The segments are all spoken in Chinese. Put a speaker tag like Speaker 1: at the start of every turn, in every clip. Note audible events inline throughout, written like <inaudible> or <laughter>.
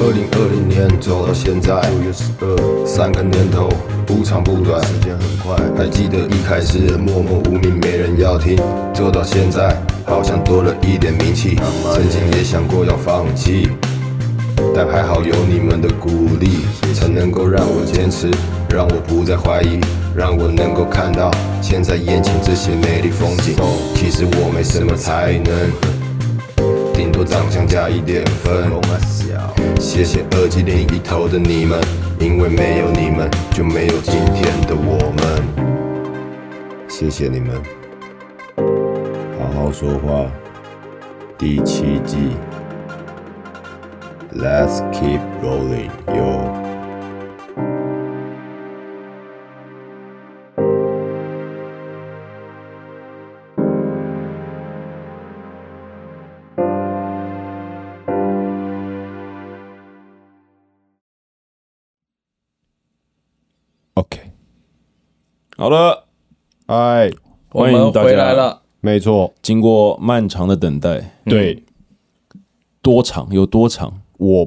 Speaker 1: 二零二零年走到现在，六月十二，三个年头不长不短，时间很快。还记得一开始默默无名，没人要听，做到现在好像多了一点名气。曾经也想过要放弃，但还好有你们的鼓励，才能够让我坚持，让我不再怀疑，让我能够看到现在眼前这些美丽风景。其实我没什么才能，顶多长相加一点分。谢谢耳机另一头的你们，因为没有你们，就没有今天的我们。谢谢你们，好好说话，第七季。Let's keep rolling, yo.
Speaker 2: ，OK，
Speaker 3: 好了，
Speaker 2: 哎，
Speaker 4: 我
Speaker 3: 欢迎
Speaker 4: 们
Speaker 3: 大
Speaker 4: 回来
Speaker 3: 家。
Speaker 4: 了，
Speaker 2: 没错，
Speaker 3: 经过漫长的等待，
Speaker 4: 嗯
Speaker 2: 对，
Speaker 3: 多长有多长？
Speaker 2: 我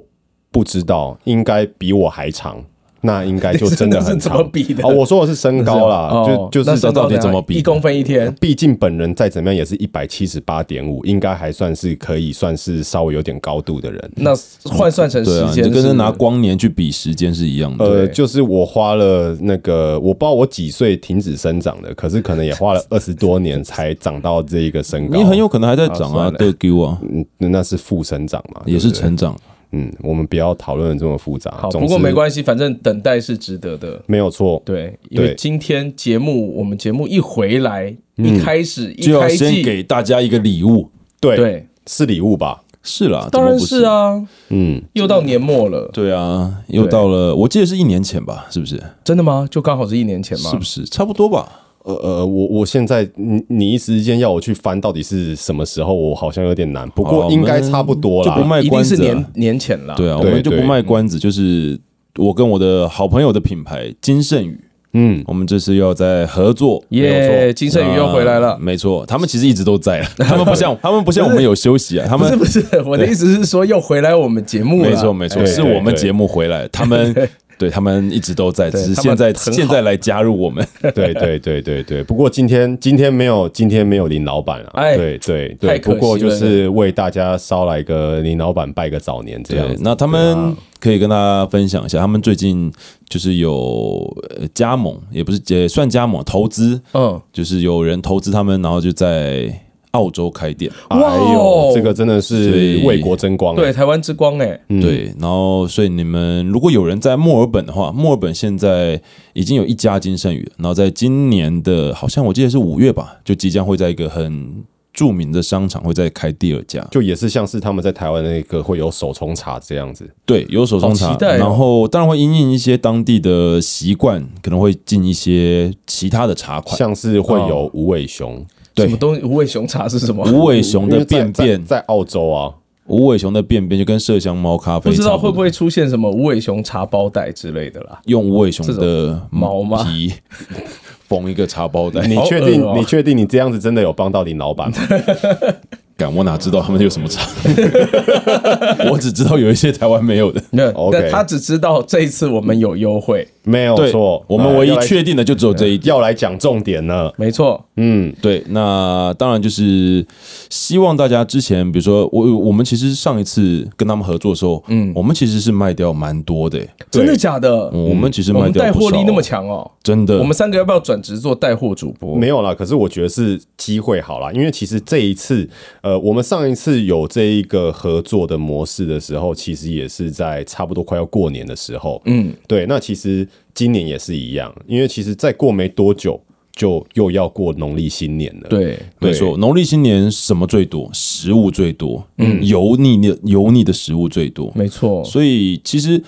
Speaker 2: 不知道，应该比我还长，那
Speaker 4: <laughs>
Speaker 2: 应该就真的很
Speaker 4: 这是怎
Speaker 2: 长。
Speaker 4: 么比的
Speaker 2: 哦，我说的是身高啦，
Speaker 4: 哦
Speaker 2: 就就
Speaker 4: 那
Speaker 2: 是
Speaker 4: 身
Speaker 3: 到
Speaker 4: 高
Speaker 3: 底
Speaker 4: 怎样
Speaker 3: 怎么比
Speaker 4: 一公分一天，
Speaker 2: 毕竟本人再怎么样也是一百七十八点五，应该还算是可以算是稍微有点高度的人。
Speaker 4: 那换算成
Speaker 3: 对
Speaker 4: 时
Speaker 3: 啊，你
Speaker 4: 间
Speaker 3: 就跟
Speaker 4: 是
Speaker 3: 着拿光年去比时间是一样的。
Speaker 2: 呃，
Speaker 4: 对
Speaker 2: 就是我花了那个，我不知道我几岁停止生长的，可是可能也花了二十多年才长到这一个身高。
Speaker 3: 你很有可能还在长啊，
Speaker 2: 算了
Speaker 3: 对 Q 啊，
Speaker 2: 嗯，那是副生长嘛，
Speaker 3: 也是
Speaker 2: 对不对
Speaker 3: 成长。
Speaker 2: 嗯，我们不要讨论的这么复杂。
Speaker 4: 好，
Speaker 2: 总
Speaker 4: 不过
Speaker 2: 之
Speaker 4: 没关系，反正等待是值得的。
Speaker 2: 没有错，
Speaker 4: 对，因为
Speaker 2: 对
Speaker 4: 今天节目，我们节目一回来，一开始一
Speaker 3: 嗯就要
Speaker 4: 开
Speaker 3: 先
Speaker 4: 季，
Speaker 3: 给大家一个礼物。
Speaker 2: 对
Speaker 4: 对，
Speaker 2: 是礼物吧？
Speaker 3: 是啦，
Speaker 4: 当然
Speaker 3: 怎么不
Speaker 4: 是
Speaker 3: 是。
Speaker 4: 啊，
Speaker 2: 嗯，
Speaker 4: 又到年末了，
Speaker 3: 对啊，又
Speaker 4: 对
Speaker 3: 到了，我记得是一年前吧，是不是？
Speaker 4: 真的吗？就刚好是一年前吗？
Speaker 3: 是不是差不多吧？
Speaker 2: 呃呃，我我现在你你一时间要我去翻到底是什么时候，我好像有点难。不
Speaker 3: 好
Speaker 2: 过
Speaker 3: 我
Speaker 2: 应该
Speaker 3: 们
Speaker 2: 差不多啦。
Speaker 3: 就不卖
Speaker 4: 一定
Speaker 3: 关子
Speaker 4: 是
Speaker 3: 啊
Speaker 4: 年年前啦。
Speaker 3: 对啊，我
Speaker 2: 对
Speaker 3: 们就不
Speaker 2: 对
Speaker 3: 卖关子，就是我跟我的好朋友的品牌金盛宇，
Speaker 2: 嗯，
Speaker 3: 我们这次又要再合作。没有
Speaker 4: 耶，
Speaker 3: 错
Speaker 4: 金圣宇又回来
Speaker 3: 啊
Speaker 4: 了。
Speaker 3: 没错，他们其实一直都
Speaker 4: <laughs>
Speaker 3: 在了，他们不像他们不像我们有休息啊，他
Speaker 4: 不是
Speaker 3: 们
Speaker 4: 不是，我的意思是说又回来我们节目了。
Speaker 3: 没错没错，
Speaker 2: 对
Speaker 3: 是
Speaker 2: 对
Speaker 3: 我们
Speaker 2: 对
Speaker 3: 节目回来，他
Speaker 4: <laughs>
Speaker 3: 们对他们一直都在，
Speaker 4: 对
Speaker 3: 只是
Speaker 4: 他们
Speaker 3: 现在
Speaker 4: 很好
Speaker 3: 现在来加入我
Speaker 4: <laughs>
Speaker 3: 们，
Speaker 2: 对对对对对。不过今天今天没有今天没有林老板啊，
Speaker 4: 哎
Speaker 2: 对对
Speaker 4: 太
Speaker 2: 对。
Speaker 4: 可惜
Speaker 2: 不过就
Speaker 4: 了
Speaker 2: 是为大家捎来个林老板拜个早年这样
Speaker 4: 啊
Speaker 3: 对，
Speaker 2: 子。
Speaker 3: 那他们可以跟大家分享一下，他们最近就是有呃加盟，也不是也算加盟，投资，
Speaker 4: 嗯，
Speaker 3: 就是有人投资他们，然后就在澳洲开店，
Speaker 4: 哇
Speaker 2: 哎
Speaker 4: 哦
Speaker 2: 呦，这个真的
Speaker 3: 所
Speaker 2: 是
Speaker 3: 以
Speaker 2: 为国争光啊。
Speaker 4: 对，台湾之光哎，
Speaker 2: 嗯，
Speaker 3: 对，然后所以你们如果有人在墨尔本的话，墨尔本现在已经有一家金圣宇了，然后在今年的好像我记得是五月吧，就即将会在一个很著名的商场会再开第二家，
Speaker 2: 就也是像是他们在台湾那个会有手冲茶这样子。
Speaker 3: 对，有手冲茶，
Speaker 4: 好期待哦
Speaker 3: 然后当然会因应一些当地的习惯，可能会进一些其他的茶款，
Speaker 2: 像是会有无尾熊，
Speaker 3: 对
Speaker 4: 什么东西？无尾熊茶是什么？
Speaker 3: 哦无尾熊
Speaker 2: 因
Speaker 3: 的
Speaker 2: 为在
Speaker 3: 便便，
Speaker 2: 在在澳洲啊，
Speaker 3: 无尾熊的便便就跟麝香猫咖啡
Speaker 4: 不知
Speaker 3: 差
Speaker 4: 道
Speaker 3: 不
Speaker 4: 会
Speaker 3: 多
Speaker 4: 不会出现什么无尾熊茶包袋之类的啦。
Speaker 3: 用无尾熊
Speaker 4: 这种
Speaker 3: 的
Speaker 4: 毛吗
Speaker 3: 皮缝一个茶包袋。
Speaker 2: 你
Speaker 4: 好
Speaker 2: 确
Speaker 4: 恶
Speaker 2: 定？
Speaker 3: 啊
Speaker 4: 哦
Speaker 2: 你确定你这样子真的有帮到你老
Speaker 3: <laughs>
Speaker 2: 板吗？
Speaker 3: 敢我哪知道他们有什么茶？ <laughs> 我只知道有一些台湾没有的。
Speaker 4: 那
Speaker 2: OK
Speaker 4: 那他只知道这一次我们有优惠，
Speaker 2: 没有
Speaker 3: 对
Speaker 2: 错，，
Speaker 3: 我们唯
Speaker 4: 哎
Speaker 2: 呃
Speaker 3: 一
Speaker 2: 要来
Speaker 3: 确定的就只有这一点。
Speaker 2: 要来讲重点了。
Speaker 4: 没错，
Speaker 2: 嗯，
Speaker 3: 对，那当然就是希望大家之前，比如说我我们其实上一次跟他们合作的时候，嗯，我们其实是卖掉蛮多的、欸
Speaker 4: 真的
Speaker 2: 对嗯
Speaker 4: 假的？
Speaker 3: 我们其实
Speaker 4: 嗯我
Speaker 3: 卖
Speaker 4: 们
Speaker 3: 掉
Speaker 4: 带
Speaker 3: 不
Speaker 4: 货
Speaker 3: 少
Speaker 4: 力那么强哦，
Speaker 3: 真的，
Speaker 4: 我们三个要不要转职做带货主播？
Speaker 2: 没有啦，可是我觉得是机会好啦，因为其实这一次，呃，我们上一次有这一个合作的模式的时候，其实也是在差不多快要过年的时候，嗯，对。那其实今年也是一样，因为其实再过没多久就又要过农历新年了，，
Speaker 4: 对，
Speaker 3: 没错，农历新年什么最多？食物最多，嗯，油腻的油腻的食物最多，
Speaker 4: 没错，
Speaker 3: 所以其实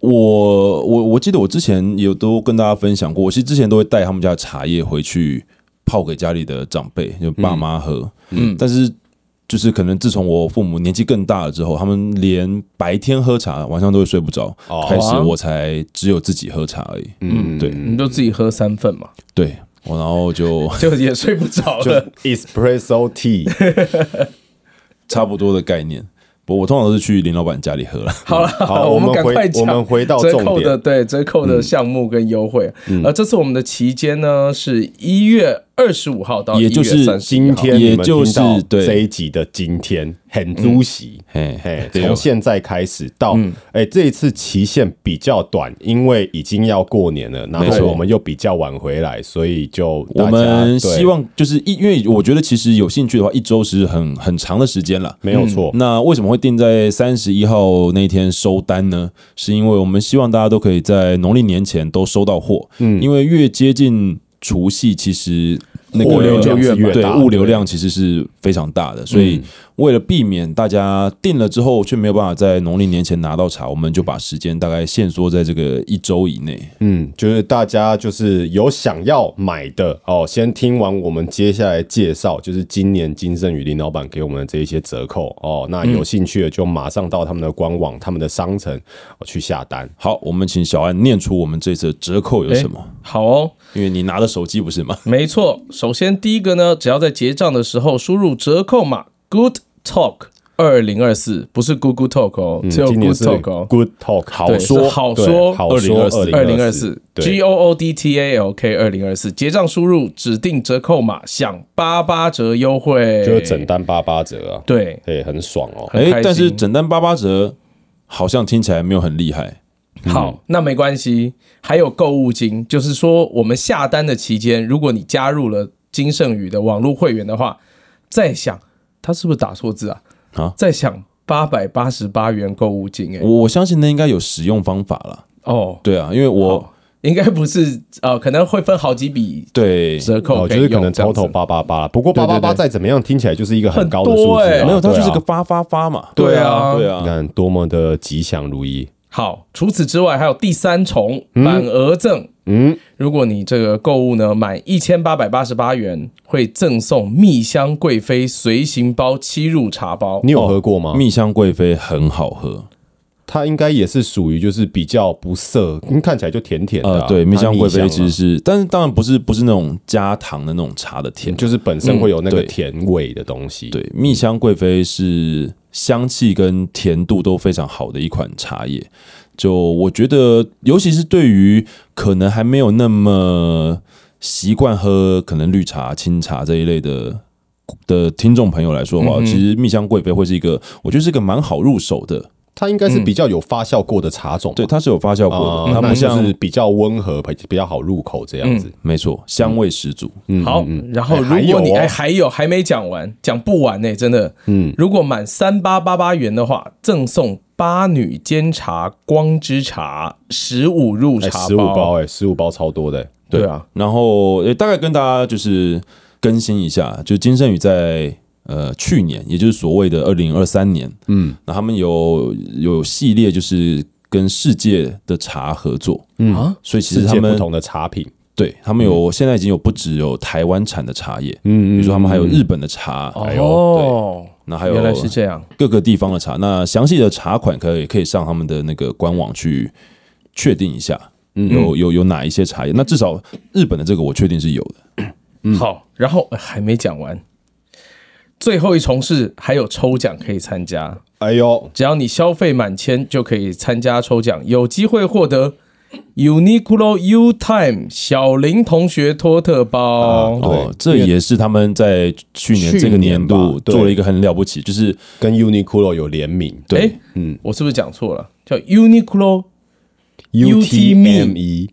Speaker 3: 我我我记得我之前有都跟大家分享过，我其实之前都会带他们家的茶叶回去泡给家里的长辈，就爸妈喝。嗯，但是就是可能自从我父母年纪更大了之后，他们连白天喝茶，晚上都会睡不着，
Speaker 2: 哦
Speaker 3: 开始我才只有自己喝茶而已。
Speaker 2: 嗯，
Speaker 3: 对
Speaker 4: 你就自己喝三份
Speaker 2: <laughs>
Speaker 4: 嘛，
Speaker 3: 对，我然后就 <laughs>
Speaker 4: 就也睡不着
Speaker 2: 就
Speaker 4: 了。
Speaker 2: espresso tea，
Speaker 3: 差不多的概念。不，我通常都是去林老板家里喝了。
Speaker 4: <laughs> 好了，
Speaker 2: 好
Speaker 4: 我
Speaker 2: 我们
Speaker 4: 赶
Speaker 2: 回
Speaker 4: 快讲
Speaker 2: 我们回到
Speaker 4: 折
Speaker 2: 重
Speaker 4: 扣的
Speaker 2: 点嗯
Speaker 4: 对折扣的项目跟优惠。呃，这次我们的期间呢是一月二十五号到一
Speaker 3: 也
Speaker 4: 月
Speaker 3: 就是
Speaker 4: 三十
Speaker 2: 今天
Speaker 3: 也
Speaker 2: 你们
Speaker 3: 就是
Speaker 2: 听到
Speaker 3: 对
Speaker 2: 这一集的今天，很主席，
Speaker 3: 嗯
Speaker 2: 嘿
Speaker 3: 嘿
Speaker 2: 嘿，
Speaker 3: <laughs> 对哦
Speaker 2: 从现在开始到，
Speaker 4: 嗯
Speaker 2: 哎，这一次期限比较短，因为已经要过年了，然
Speaker 3: 没
Speaker 2: 后
Speaker 3: 错
Speaker 2: 我们又比较晚回来，所以就大
Speaker 3: 我
Speaker 2: 家
Speaker 3: 们
Speaker 2: 对
Speaker 3: 希望就是一，因为我觉得其实有兴趣的话，一周是很很长的时间了。
Speaker 2: 没有
Speaker 4: 嗯
Speaker 2: 错，
Speaker 3: 那为什么会定在三十一号那天收单呢？是因为我们希望大家都可以在农历年前都收到货，嗯，因为越接近除夕，其实那个
Speaker 2: 物流
Speaker 4: 量是
Speaker 2: 越
Speaker 3: 对
Speaker 2: 大嗯
Speaker 3: 物流量其实是非常大的，所以为了避免大家订了之后却没有办法在农历年前拿到茶，我们就把时间大概限缩在这个一周以内。
Speaker 2: 嗯，就是大家就是有想要买的哦，先听完我们接下来介绍，就是今年金盛宇林老板给我们的这一些折扣哦，那有兴趣的就马上到他们的官网、他们的商城、哦、去下单。
Speaker 3: 好，我们请小安念出我们这次的折扣有什么？
Speaker 4: 好哦，
Speaker 3: 因为你拿的手机不是吗？
Speaker 4: 没错。首先第一个呢，只要在结账的时候输入折扣码 Good Talk 二零二四，不是 Google Talk 哦，只有
Speaker 2: 嗯今年
Speaker 4: Good
Speaker 2: 是
Speaker 4: Talk 哦。
Speaker 2: Good Talk，好
Speaker 4: 对
Speaker 2: 说
Speaker 4: 是好
Speaker 2: 对
Speaker 4: 说
Speaker 2: 好说
Speaker 3: 2024
Speaker 4: 二零二四
Speaker 2: 对
Speaker 4: G O O D T A L K 二零二四结账输入指定折扣码享八八折优惠，
Speaker 3: 哎
Speaker 2: 就是整单八八折啊，
Speaker 4: 对，
Speaker 2: 对，很爽哦。
Speaker 4: 很
Speaker 3: 诶
Speaker 4: 开心
Speaker 3: 但是整单八八折好像听起来没有很厉害。
Speaker 2: 嗯
Speaker 4: 好，那没关系。还有购物金，就是说我们下单的期间，如果你加入了金盛宇的网络会员的话，再想他是不是打错字啊？
Speaker 3: 啊
Speaker 4: 再想八百八十八元购物金、欸，哎，
Speaker 3: 我我相信那应该有使用方法啦。
Speaker 4: 哦，
Speaker 3: 对啊，因为我
Speaker 4: 应该不是呃，可能会分好几笔
Speaker 3: 对
Speaker 4: 折扣
Speaker 2: 哦，
Speaker 4: 可以
Speaker 2: 就是
Speaker 4: 用，
Speaker 2: 可能
Speaker 4: 这样子
Speaker 2: total 八八八，不过八八
Speaker 4: 对对
Speaker 2: 八
Speaker 4: 对
Speaker 2: 再怎么样听起来就是一个很
Speaker 4: 很
Speaker 2: 高的
Speaker 4: 多
Speaker 2: 数字
Speaker 4: 欸
Speaker 2: 啊，
Speaker 3: 没有，它就
Speaker 2: 对
Speaker 3: 是
Speaker 2: 啊
Speaker 3: 个发发发嘛。
Speaker 4: 对啊
Speaker 3: 对
Speaker 2: 你
Speaker 3: 啊，
Speaker 2: 看多么的吉祥如意。
Speaker 4: 好，除此之外还有第三重满额赠。
Speaker 2: 嗯，
Speaker 4: 如果你这个购物呢满一千八百八十八元，会赠送蜜香贵妃随行包七入茶包。
Speaker 2: 你
Speaker 3: 哦
Speaker 2: 有喝过吗？
Speaker 3: 啊蜜香贵妃很好喝，
Speaker 2: 它应该也是属于就是比较不涩，因为看起来就甜甜的啊、
Speaker 3: 呃，对，蜜香贵妃其
Speaker 2: 其
Speaker 3: 实
Speaker 2: 实
Speaker 3: 是，但是当然不是不是那种加糖的那种茶的甜，
Speaker 2: 就是本身会有那
Speaker 3: 嗯
Speaker 2: 个
Speaker 3: 对
Speaker 2: 甜味的东西。
Speaker 3: 对，蜜香贵妃是香气跟甜度都非常好的一款茶叶。就我觉得，尤其是对于可能还没有那么习惯喝可能绿茶、清茶这一类的的听众朋友来说
Speaker 2: 嗯
Speaker 3: 的话，其实蜜香贵妃会是一个，我觉得是一个蛮好入手的。
Speaker 2: 它应该是比较有发酵过的茶种吧，
Speaker 3: 嗯对，它是有发酵
Speaker 2: 啊
Speaker 3: 过，的，它嗯不
Speaker 2: 那就
Speaker 3: 像
Speaker 2: 是比较温和，比比较好入口这样子。
Speaker 3: 没错，香味十足。
Speaker 4: 好，然后如
Speaker 2: 嗯哎还有
Speaker 4: 果你
Speaker 2: 哦
Speaker 4: 哎还有还没讲完，讲不完呢、真的。嗯，如果满三八八八元的话，赠送八女煎茶光之茶十五入
Speaker 2: 哎，
Speaker 4: 茶包。
Speaker 2: 十五包哎、十五包超多的、哎
Speaker 4: 对啊，
Speaker 3: 然后也大概跟大家就是更新一下，就金圣宇在呃去年，也就是所谓的二零二三年，嗯，那他们有有系列就是跟世界的茶合作，
Speaker 4: 嗯啊，
Speaker 3: 所以其
Speaker 2: 世
Speaker 3: 实他
Speaker 2: 界不
Speaker 3: 们
Speaker 2: 同的茶品，
Speaker 3: 对他们有、现在已经有不只有台湾产的茶叶，嗯，比如说他们还有日本的茶，
Speaker 2: 哎
Speaker 3: 还有
Speaker 4: 哦，
Speaker 3: 那还有
Speaker 4: 原来是这样。
Speaker 3: 各个地方的茶。那详细的茶款可以可以上他们的那个官网去确定一下。有有有哪一些茶叶？那至少日本的这个我确定是有的。
Speaker 2: 嗯
Speaker 4: 好，然后呃还没讲完，最后一重是还有抽奖可以参加，
Speaker 2: 哎呦，
Speaker 4: 只要你消费满千就可以参加抽奖，有机会获得 Uniqlo U Time 小林同学托特包。
Speaker 2: 对
Speaker 3: 哦，这也是他们在去年这个年
Speaker 2: 去年
Speaker 3: 度
Speaker 2: 吧对
Speaker 3: 做了一个很了不起，就是
Speaker 2: 跟 Uniqlo 有联名，
Speaker 3: 对
Speaker 4: 诶
Speaker 2: 嗯
Speaker 4: 我是不是讲错了？叫 Uniqlo
Speaker 2: UTME。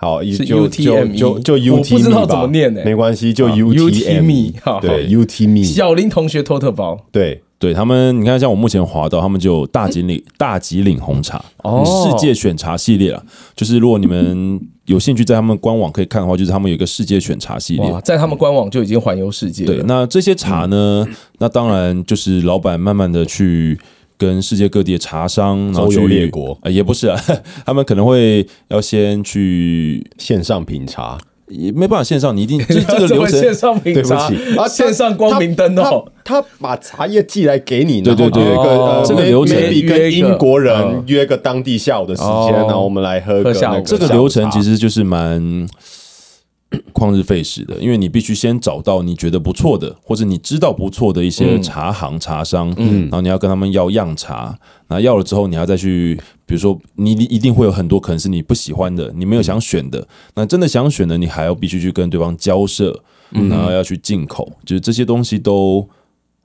Speaker 2: 好，
Speaker 4: E 是
Speaker 2: 就
Speaker 4: UTME
Speaker 2: 就就就
Speaker 4: E？我
Speaker 2: UTME
Speaker 4: 不知道怎么
Speaker 2: E 吧
Speaker 4: 念欸
Speaker 2: 没关系，就
Speaker 4: 啊 UTME E，好
Speaker 2: UTME，对 E，UTME，
Speaker 4: 小林同学托特包。
Speaker 2: E，对，
Speaker 3: 对他们，你看像我目前滑到，他们就有大吉
Speaker 2: <laughs>
Speaker 3: 岭大吉岭红茶，
Speaker 4: 哦
Speaker 3: 世界选茶系列啊，就是如果你们有兴趣，在他们官网可以看的话，就是他们有一个世界选茶系列
Speaker 4: 哇，。在他们官网就已经环游世界
Speaker 3: 对，
Speaker 4: <laughs> 了。
Speaker 3: 那这些茶呢，那当然就是老板慢慢的去。跟世界各地的茶商，然后
Speaker 2: 周游
Speaker 3: 去
Speaker 2: 列国
Speaker 3: 呃也不是啊， <laughs> 他们可能会要先去，
Speaker 2: 线上品茶，
Speaker 3: 也没办法线上，你一定
Speaker 2: <laughs>
Speaker 3: 这这个
Speaker 4: 怎
Speaker 3: 流
Speaker 4: 么
Speaker 3: 程
Speaker 4: 线上品茶
Speaker 2: 对不起，啊，
Speaker 4: 线上光明灯哦。
Speaker 2: 他，他他把茶叶寄来给你，
Speaker 3: 对对对
Speaker 2: 然后有一个
Speaker 4: 哦
Speaker 2: 呃
Speaker 3: 这个
Speaker 2: may-
Speaker 3: 流程
Speaker 2: maybe
Speaker 4: 约
Speaker 2: 跟
Speaker 4: 一个
Speaker 2: 英国人约个当地下午的时间
Speaker 4: 哦，
Speaker 2: 然后我们来喝
Speaker 4: 喝
Speaker 2: 个
Speaker 4: 下午
Speaker 2: 那
Speaker 4: 这
Speaker 3: 这
Speaker 2: 个
Speaker 3: 个
Speaker 2: 下午
Speaker 3: 流程
Speaker 2: 茶
Speaker 3: 其实就是蛮 <clears throat> 旷日费时的，因为你必须先找到你觉得不错的，或者你知道不错的一些茶行、茶商，嗯，然后你要跟他们要样茶，然后要了之后，你还要再去，比如说你你一定会有很多可能是你不喜欢的，你没有想选的，那真的想选的，你还要必须去跟对方交涉，然后要去进口，就是这些东西都。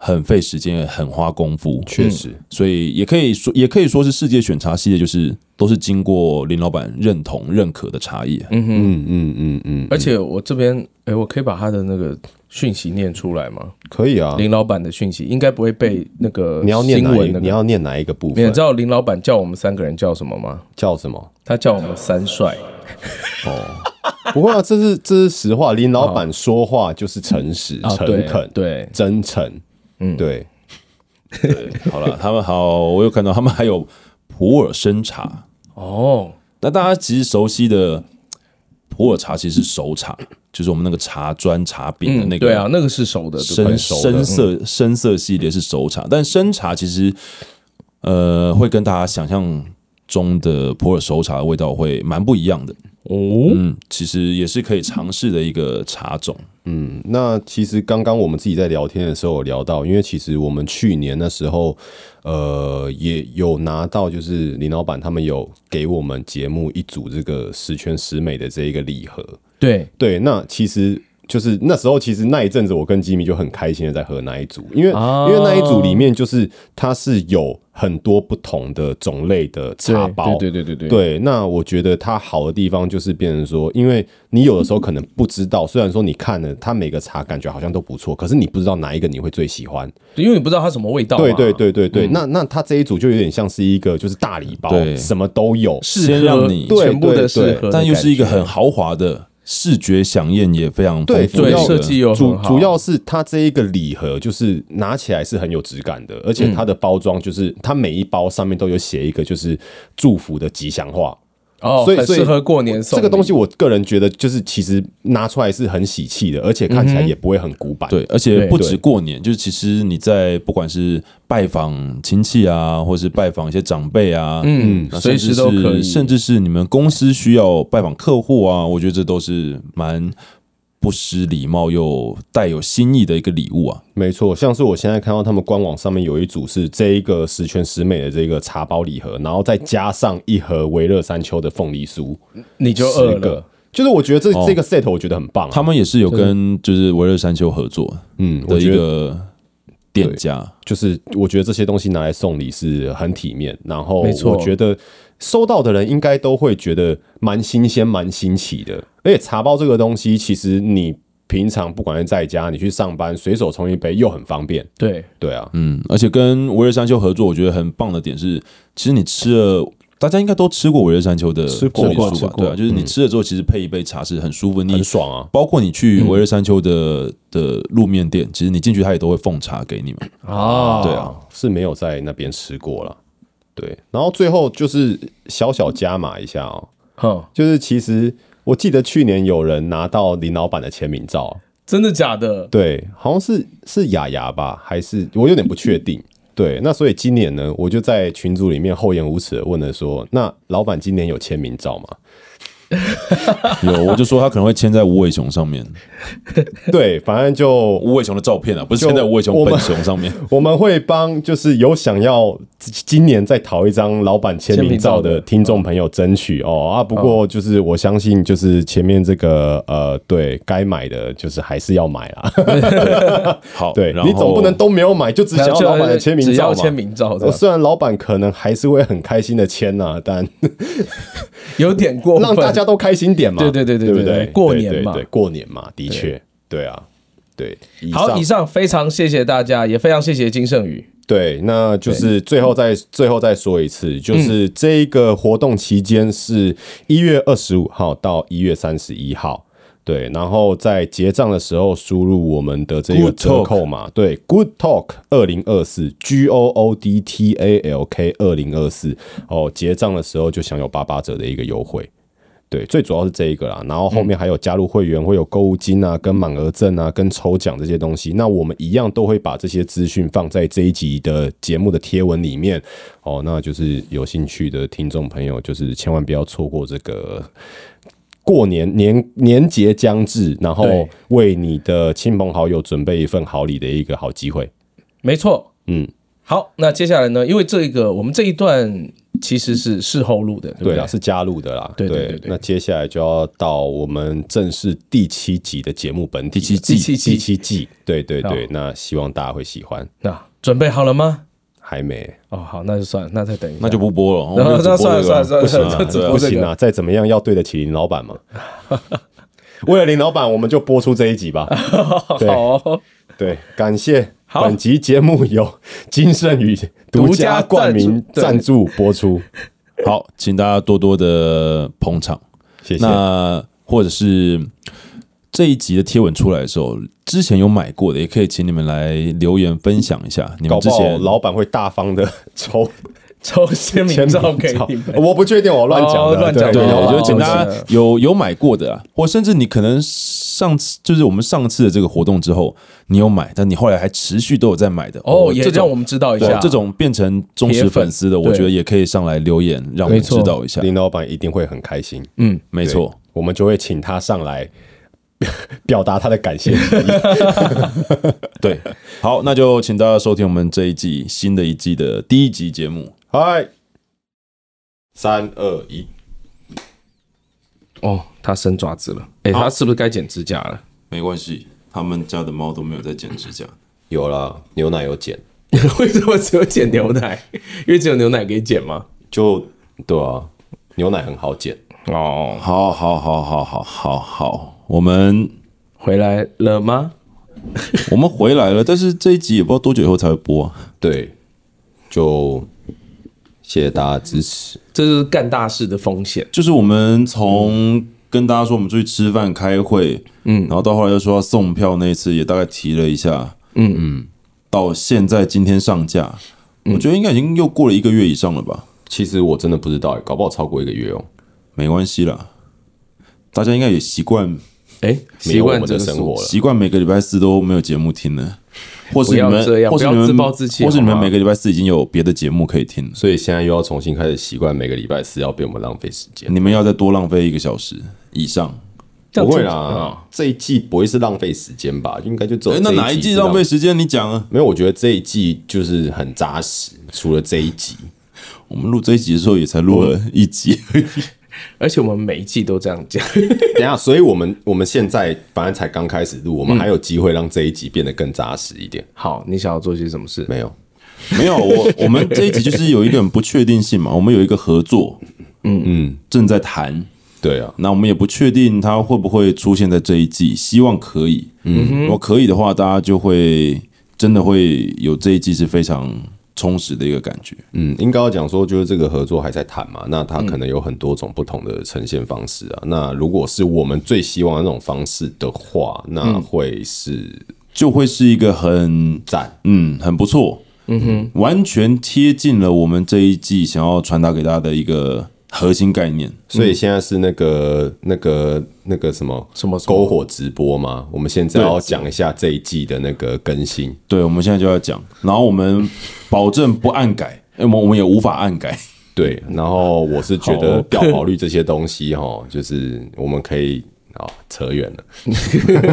Speaker 3: 很费时间，很花功夫，嗯
Speaker 2: 确实，
Speaker 3: 所以也可以说，也可以说是世界选茶系列，就是都是经过林老板认同、认可的茶叶。嗯，
Speaker 2: 嗯嗯嗯嗯，
Speaker 4: 而且我这边，哎，我可以把他的那个讯息念出来吗？
Speaker 2: 可以啊。
Speaker 4: 林老板的讯息应该不会被那个
Speaker 2: 你要念
Speaker 4: 新
Speaker 2: 哪一
Speaker 4: 闻那
Speaker 2: 你
Speaker 4: 个。
Speaker 2: 要念哪一个部
Speaker 4: 你
Speaker 2: 分
Speaker 4: 知？道林老板叫我们三个人叫什么吗？
Speaker 2: 叫什么？
Speaker 4: 他叫我们三帅。
Speaker 2: 不会啊，这是这是实话。林老板说话就是诚实、
Speaker 4: 啊
Speaker 2: 诚
Speaker 4: 对
Speaker 2: 恳、
Speaker 4: 对
Speaker 2: 真诚。嗯，对，
Speaker 3: 好了，他们好，我有看到他们还有普洱生茶。
Speaker 4: 哦，
Speaker 3: 那大家其实熟悉的普洱茶其实是熟茶，就是我们那个茶砖、茶饼的
Speaker 4: 嗯，
Speaker 3: 那
Speaker 4: 对啊
Speaker 3: 个，
Speaker 4: 那个是熟的，嗯对
Speaker 3: 深
Speaker 4: 不对？
Speaker 3: 深色深色系列是熟茶，但生茶其实呃会跟大家想象中的普洱熟茶的味道会蛮不一样的。
Speaker 4: 哦，
Speaker 3: 嗯，其实也是可以尝试的一个茶种。
Speaker 2: 嗯，那其实刚刚我们自己在聊天的时候有聊到，因为其实我们去年那时候，呃，也有拿到就是林老板他们有给我们节目一组这个十全十美的这一个礼盒。
Speaker 4: 对，
Speaker 2: 对，那其实就是那时候，其实那一阵子我跟吉米就很开心的在喝那一组，因为、
Speaker 4: 哦
Speaker 2: 因为那一组里面就是它是有很多不同的种类的茶包，
Speaker 4: 对对对对对，
Speaker 2: 对，那我觉得它好的地方就是变成说，因为你有的时候可能不知道，虽然说你看了它每个茶感觉好像都不错，可是你不知道哪一个你会最喜欢。
Speaker 4: 因为你不知道它什么味道嘛。
Speaker 2: 对对对对对，那
Speaker 4: 嗯
Speaker 2: 那它这一组就有点像是一个就是大礼包，
Speaker 3: 对
Speaker 2: 什么都有。
Speaker 4: 适合，
Speaker 3: 先让你
Speaker 2: 对
Speaker 4: 全部
Speaker 2: 对
Speaker 4: 的
Speaker 2: 对
Speaker 4: 适合，
Speaker 3: 但又是一个很豪华的，视觉享宴也非常丰
Speaker 2: 对
Speaker 3: 富
Speaker 2: 主
Speaker 3: 的
Speaker 4: 哦对
Speaker 2: 要
Speaker 3: 一
Speaker 4: 设
Speaker 3: 个
Speaker 4: 计又
Speaker 2: 主
Speaker 4: 很好
Speaker 2: 主要是它这一个礼盒，就是拿起来是很有质感的，而且它的包装就是它每一包上面都有写一个就是祝福的吉祥话，
Speaker 4: 哦，
Speaker 2: 所以
Speaker 4: 很
Speaker 2: 所以
Speaker 4: 适合过年送
Speaker 2: 这个东西，
Speaker 4: 礼。
Speaker 2: 我个人觉得就是其实拿出来是很喜气的，而且看起来也不会很古板。
Speaker 3: 对，而且
Speaker 4: 嗯对
Speaker 3: 不止过年，就是其实你在不管是拜访亲戚啊，或是拜访一些长辈啊，
Speaker 4: 嗯
Speaker 3: 那甚至
Speaker 4: 随时都
Speaker 3: 是
Speaker 4: 可以
Speaker 3: 甚至是你们公司需要拜访客户啊，我觉得这都是蛮不失礼貌又带有心意的一个礼物啊。
Speaker 2: 没错，像是我现在看到他们官网上面有一组是这一个十全十美的这个茶包礼盒，然后再加上一盒维乐山丘的凤梨酥，
Speaker 4: 你就饿
Speaker 2: 十个
Speaker 4: 了。。哦
Speaker 2: 就是我觉得这、这个 set 我觉得很棒、
Speaker 3: 他
Speaker 2: 啊，
Speaker 3: 们也是有跟就是维乐山丘合作
Speaker 2: 嗯，我
Speaker 3: 的一
Speaker 2: 觉得
Speaker 3: 个店家。
Speaker 2: 就是我觉得这些东西拿来送礼是很体面，然后
Speaker 4: 没错
Speaker 2: 我觉得收到的人应该都会觉得蛮新鲜、蛮新奇的。而且茶包这个东西，其实你平常不管是在家，你去上班，随手冲一杯又很方便。
Speaker 4: 对，
Speaker 2: 对啊，
Speaker 3: 嗯，而且跟维热山丘合作，我觉得很棒的点是，其实你吃了，大家应该都吃过维热山丘的
Speaker 2: 吃过
Speaker 3: 凤梨酥
Speaker 4: 吃过
Speaker 3: 吧？
Speaker 4: 吃过嗯
Speaker 3: 对啊，就是你吃了之后，其实配一杯茶是很舒服，你
Speaker 2: 很爽啊。
Speaker 3: 包括你去维热山丘的的路面店，其实你进去，他也都会奉茶给你嘛。
Speaker 4: 哦，
Speaker 3: 对啊，
Speaker 2: 是没有在那边吃过啦。对，然后最后就是小小加码一下哦，
Speaker 4: 哼，
Speaker 2: 就是其实我记得去年有人拿到林老板的签名照，
Speaker 4: 真的假的？
Speaker 2: 对，好像是是雅雅吧，还是我有点不确定。对，那所以今年呢，我就在群组里面厚颜无耻的问了说，那老板今年有签名照吗？
Speaker 3: 有，我就说他可能会签在无尾熊上
Speaker 4: <laughs>
Speaker 3: 面，
Speaker 2: 对，反正就
Speaker 3: 无尾熊的照片啊，不是签在无尾熊本熊上面。
Speaker 4: <laughs>
Speaker 2: 我们会帮就是有想要今年再讨一张老板签名照的听众朋友争取哦啊，不过就是我相信就是前面这个呃，对该买的就是还是要买啦，
Speaker 4: 哦
Speaker 3: 好，
Speaker 2: <laughs>
Speaker 4: <laughs>
Speaker 2: 对
Speaker 3: 然后
Speaker 2: 你总不能都没有买就只想要老板的签名
Speaker 4: 只
Speaker 2: 照
Speaker 4: 要
Speaker 2: 嘛。
Speaker 4: 签名照这
Speaker 2: 我
Speaker 4: 样，
Speaker 2: 虽然老板可能还是会很开心的签呐、但
Speaker 4: 有点过分。
Speaker 2: 让大家都开心点嘛。
Speaker 4: 对对对对
Speaker 2: 对
Speaker 4: 对
Speaker 2: 不
Speaker 4: 对
Speaker 2: 对，
Speaker 4: 过年嘛
Speaker 2: 对对对过年嘛，的确，对啊，对。
Speaker 4: 好，以上非常谢谢大家，也非常谢谢金圣宇。
Speaker 2: 对，那就是最后再最后再说一次，就是
Speaker 3: 嗯
Speaker 2: 这一个活动期间是一月二十五号到一月三十一号。对，然后在结账的时候输入我们的这个
Speaker 3: Good Talk
Speaker 2: 折扣码，对，Good Talk 二零二四 G O O D T A L K 二零二四哦，结账的时候就享有八八折的一个优惠。对，最主要是这一个啦，然后后面还有加入会员会有购物金啊、跟满额赠啊、跟抽奖这些东西。那我们一样都会把这些资讯放在这一集的节目的贴文里面哦。那就是有兴趣的听众朋友，就是千万不要错过这个过年年年节将至，然后
Speaker 4: 对
Speaker 2: 为你的亲朋好友准备一份好礼的一个好机会。
Speaker 4: 没错，
Speaker 2: 嗯，
Speaker 4: 好，那接下来呢？因为这个我们这一段其实是事后录的，不
Speaker 2: 对啊啦，是加入的啦。
Speaker 4: 对对对对
Speaker 2: 那接下来就要到我们正式第七集的节目本体了，
Speaker 3: 七季
Speaker 4: 第
Speaker 2: 第
Speaker 4: 七季
Speaker 2: 第七季，对对对
Speaker 4: 好。
Speaker 2: 那希望大家会喜欢。
Speaker 4: 那准备好了吗？
Speaker 2: 还没，
Speaker 4: 哦，好，那就算了，那再等一下，
Speaker 3: 那就不播了。我
Speaker 4: 然后 <laughs>
Speaker 3: 们就
Speaker 4: 那
Speaker 3: 只播
Speaker 4: 算了
Speaker 3: 这个
Speaker 4: 算
Speaker 3: 啊
Speaker 4: 了算了算
Speaker 3: 不行
Speaker 4: 了，
Speaker 3: 啊
Speaker 4: 只
Speaker 3: 对啊
Speaker 4: 播
Speaker 2: 不
Speaker 4: 这
Speaker 2: 行
Speaker 4: 个。
Speaker 2: 啊，再怎么样要对得起林
Speaker 4: <laughs>
Speaker 2: 老板嘛。为了林老板，我们就播出这一集吧。
Speaker 4: <laughs> 好
Speaker 2: 对
Speaker 4: 哦，
Speaker 2: 对，感谢
Speaker 4: 好
Speaker 2: 本集节目由金盛宇独家冠名
Speaker 4: 独家赞
Speaker 2: 赞助播出，
Speaker 3: 好，请大家多多的捧场。
Speaker 2: 谢谢。
Speaker 3: 那或者是这一集的贴文出来的时候，之前有买过的，也可以请你们来留言分享一下你
Speaker 2: 搞
Speaker 3: 们之
Speaker 2: 不好
Speaker 3: 前
Speaker 2: 老板会大方的抽
Speaker 4: 抽签名
Speaker 2: 签
Speaker 4: 照
Speaker 2: 名
Speaker 4: 给
Speaker 2: 照
Speaker 4: 你们，，
Speaker 2: 我不确定，我乱讲
Speaker 4: 哦
Speaker 2: 的，
Speaker 4: 乱讲
Speaker 3: 对，
Speaker 4: 的
Speaker 2: 老
Speaker 3: 我
Speaker 2: 板
Speaker 3: 就请
Speaker 4: 哦
Speaker 3: 大家
Speaker 4: 是
Speaker 3: 有有买过的啊，或甚至你可能上次就是我们上次的这个活动之后，你有买，但你后来还持续都有在买的
Speaker 4: 哦，也
Speaker 3: 这
Speaker 4: 让我
Speaker 3: 种
Speaker 4: 们知道一
Speaker 3: 对
Speaker 4: 下
Speaker 3: 这。种变成忠
Speaker 4: 铁
Speaker 3: 实
Speaker 4: 粉
Speaker 3: 粉丝的，
Speaker 4: 对
Speaker 3: 我觉得也可以上来留言，让我
Speaker 4: 没
Speaker 3: 们
Speaker 4: 错
Speaker 3: 知道一下。
Speaker 2: 林老板一定会很开心。
Speaker 4: 嗯，
Speaker 3: 没错，
Speaker 2: 我们就会请他上来表达他的感谢。
Speaker 3: 对，好，那就请大家收听我们这一季新的一季的第一集节目。
Speaker 2: 嗨，三二一，
Speaker 4: 哦，他伸爪子了，
Speaker 2: 哦
Speaker 4: 哎，他是不是该剪指甲了？ <laughs>
Speaker 3: 没关系，他们家的猫都没有在剪指甲。
Speaker 2: 有了，牛奶有减，
Speaker 4: 为什么只有剪牛奶？ <laughs> 因为只有牛奶可以剪吗？
Speaker 2: 就对啊，牛奶很好减。
Speaker 4: 哦，
Speaker 3: 好好好好好好好，我们
Speaker 4: 回来了吗？
Speaker 3: 我们回来了，但是这一集也不知道多久以后才会播啊、
Speaker 2: 对，就谢谢大家支持。
Speaker 4: 这就是干大事的风险。
Speaker 3: 就是我们从跟大家说我们出去吃饭、开会，嗯，然后到后来又说要送票那一次，也大概提了一下，嗯嗯，嗯到现在今天上架，我觉得应该已经又过了一个月以上了吧，
Speaker 2: 其实我真的不知道，欸搞不好超过一个月哦。
Speaker 3: 没关系啦，大家应该也习惯
Speaker 4: 哎，
Speaker 2: 没
Speaker 4: 习
Speaker 2: 有我
Speaker 4: 惯
Speaker 2: 们
Speaker 4: 这
Speaker 2: 的
Speaker 4: 个
Speaker 2: 生
Speaker 4: 速
Speaker 2: 活了，
Speaker 3: 习惯每个礼拜四都没有节目听了，或是
Speaker 4: 不
Speaker 3: 你
Speaker 4: 要
Speaker 3: 们
Speaker 4: 这样
Speaker 3: 或是
Speaker 4: 不
Speaker 3: 你
Speaker 4: 要
Speaker 3: 们
Speaker 4: 自暴自弃
Speaker 3: 或是你
Speaker 4: 好
Speaker 3: 们
Speaker 4: 吗
Speaker 3: 每个礼拜四已经有别的节目可以听了，
Speaker 2: 所以现在又要重新开始习惯每个礼拜四要被我们浪费时间。
Speaker 3: 你们要再多浪费一个小时以上。
Speaker 4: 这
Speaker 2: 不
Speaker 4: 样
Speaker 2: 会
Speaker 4: 子
Speaker 2: 啦，这一季不会是浪费时间吧？应该就走
Speaker 3: 哎。，那哪一季浪费？时间？你讲啊。
Speaker 2: 没有，我觉得这一季就是很扎实，除了这一集， <laughs>
Speaker 3: 我们录这一集的时候也才录了一集，
Speaker 4: 而且我们每一季都这样讲， <laughs>
Speaker 2: 等一下，所以我们我们现在反正才刚开始录，我们还有机会让这一集变得更扎实一点。
Speaker 4: 好，你想要做些什么事？
Speaker 2: 没有，
Speaker 3: <laughs> 没有我我们这一集就是有一点不确定性嘛，我们有一个合作，嗯嗯，正在谈，
Speaker 2: 对啊，
Speaker 3: 那我们也不确定它会不会出现在这一季，希望可以，嗯，如果可以的话，大家就会真的会有这一季是非常充实的一个感觉，
Speaker 2: 嗯，应该要讲说，就是这个合作还在谈嘛，那它可能有很多种不同的呈现方式啊。那如果是我们最希望的那种方式的话，那会是
Speaker 3: 就会是一个很
Speaker 2: 赞。
Speaker 3: 嗯，很不错。嗯哼，完全贴近了我们这一季想要传达给大家的一个核心概念。
Speaker 2: 所以现在是那个、那个、那个什么
Speaker 4: 什么什么
Speaker 2: 篝火直播嘛？我们现在
Speaker 3: 对
Speaker 2: 要讲一下这一季的那个更新。
Speaker 3: 对，我们现在就要讲，然后我们保证不暗改， <laughs> 因为我们我们也无法暗改。
Speaker 2: 对，
Speaker 4: 嗯
Speaker 2: 然后我是觉
Speaker 3: 好
Speaker 2: 得
Speaker 3: 哦
Speaker 2: 掉跑率这些东
Speaker 4: <laughs>
Speaker 2: 西哈，就是我们可以啊、扯远了。 <laughs>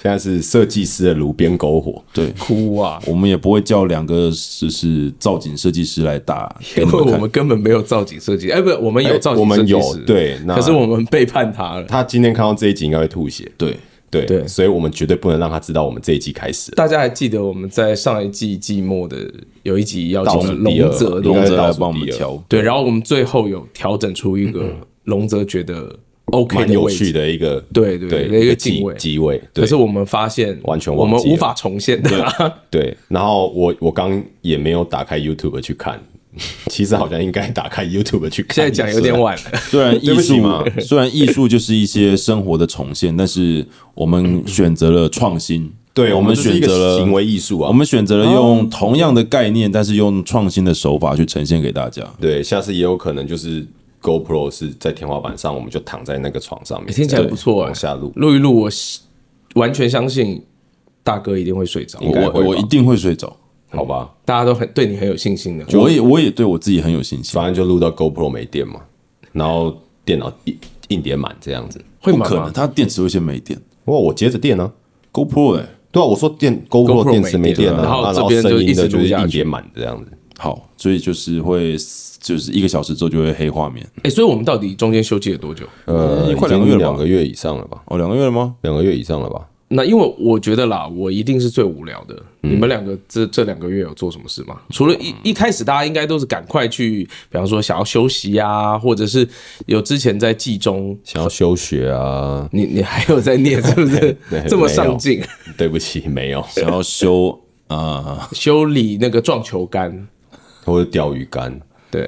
Speaker 2: 现在是设计师的炉边篝火，
Speaker 3: 对，
Speaker 4: 哭啊！
Speaker 3: 我们也不会叫两个就是造景设计师来打给
Speaker 4: 因
Speaker 3: 你
Speaker 4: 为
Speaker 3: 们
Speaker 4: 我
Speaker 3: 看
Speaker 4: 们。根本没有造景设计，哎，不，我们有
Speaker 2: 哎
Speaker 4: 造
Speaker 2: 我
Speaker 4: 景设
Speaker 2: 们
Speaker 4: 计师，
Speaker 2: 有对，那
Speaker 4: 可是我们背叛他了。
Speaker 2: 他今天看到这一集应该会吐血，
Speaker 3: 对，
Speaker 2: 对，
Speaker 4: 对
Speaker 2: 所以我们绝对不能让他知道我们这一季开始了。
Speaker 4: 大家还记得我们在上一季季末的有一集要
Speaker 2: 倒
Speaker 4: 讲
Speaker 2: 数第
Speaker 4: 龙
Speaker 2: 二
Speaker 4: 泽
Speaker 2: 龙
Speaker 4: 的
Speaker 3: 龙
Speaker 2: 应该
Speaker 3: 泽
Speaker 2: 是
Speaker 3: 来
Speaker 2: 倒数
Speaker 3: 帮我们
Speaker 2: 第二
Speaker 3: 调。
Speaker 4: 对，然后我们最后有调整出一个龙泽觉得 OK
Speaker 2: 嗯蛮
Speaker 4: 的
Speaker 2: 有
Speaker 4: 位
Speaker 2: 趣
Speaker 4: 置，
Speaker 2: 的一个
Speaker 4: 对对
Speaker 2: 对
Speaker 4: 对一个
Speaker 2: 机
Speaker 4: 敬畏
Speaker 2: 机位，对
Speaker 4: 可是我们发现
Speaker 2: 完全
Speaker 4: 我
Speaker 2: 忘记
Speaker 4: 们
Speaker 2: 了
Speaker 4: 无法重现它。
Speaker 2: 对。然后我我刚也没有打开 YouTube 去看， <laughs> 其实好像应该打开 YouTube 去
Speaker 4: <laughs>
Speaker 2: 看。
Speaker 4: 现在讲有点晚了，
Speaker 3: 虽然艺
Speaker 2: <laughs> 对不起
Speaker 3: 术
Speaker 2: 嘛
Speaker 3: 虽然艺术就是一些生活的重现，但是我们选择了创新。
Speaker 2: 对，
Speaker 3: 我
Speaker 2: 我们
Speaker 3: 们
Speaker 2: 这是
Speaker 3: 选
Speaker 2: 一
Speaker 3: 择
Speaker 2: 个
Speaker 3: 了
Speaker 2: 行为艺术啊，
Speaker 3: 我们选择了用同样的概念，但是用创新的手法去呈现给大家。
Speaker 2: 对，下次也有可能就是 GoPro 是在天花板上，我们就躺在那个床上面，
Speaker 4: 听起来
Speaker 2: 这样
Speaker 4: 不错哎
Speaker 2: 往下录。
Speaker 4: 录一录，我完全相信大哥一定会睡着，
Speaker 3: 我
Speaker 2: 应该
Speaker 3: 我
Speaker 2: 会吧
Speaker 3: 我一定会睡着，
Speaker 2: 好吧，
Speaker 4: 大家都很对你很有信心的。
Speaker 3: 我也我也对我自己很有信心。
Speaker 2: 反正就录到 GoPro 没电嘛，然后电脑硬硬碟满这样子。
Speaker 4: 会
Speaker 3: 不
Speaker 4: 满
Speaker 3: 可
Speaker 4: 吗
Speaker 3: 能，？它电池会先没电。
Speaker 2: 不过我截着电呢、
Speaker 3: GoPro 哎、
Speaker 2: 对啊，我说电 GoPro 电池没
Speaker 4: 没
Speaker 2: 电
Speaker 4: 电
Speaker 2: 了，
Speaker 4: 然后
Speaker 2: 啊
Speaker 4: 这边
Speaker 2: 声
Speaker 4: 就一
Speaker 2: 音
Speaker 4: 直
Speaker 2: 的就
Speaker 4: 录
Speaker 2: 是
Speaker 4: 下去
Speaker 2: 硬碟满这样子。
Speaker 3: 好，所以就是会就是一个小时之后就会黑画面。嗯
Speaker 4: 哎、所以我们到底中间休息了多久？
Speaker 2: 呃，
Speaker 3: 快两个月了吧
Speaker 2: 已经两个月以上了吧？
Speaker 3: 哦，两个月了吗？
Speaker 2: 两个月以上了吧？
Speaker 4: 那因为我觉得啦，我一定是最无聊的。
Speaker 3: 嗯
Speaker 4: 你们两个这这两个月有做什么事吗？除了
Speaker 3: 哦
Speaker 4: 一一开始大家应该都是赶快去，比方说想要休息啊，或者是有之前在季中，
Speaker 2: 想要休学啊？ <laughs>
Speaker 4: 你你还有在念是不
Speaker 3: <laughs>
Speaker 4: 是
Speaker 2: 对？
Speaker 4: 这么
Speaker 2: 没有
Speaker 4: 上进，
Speaker 2: 对不起，没有，
Speaker 3: 想要修啊、
Speaker 4: 修理那个撞球杆，
Speaker 2: 或者钓鱼竿、
Speaker 4: 对，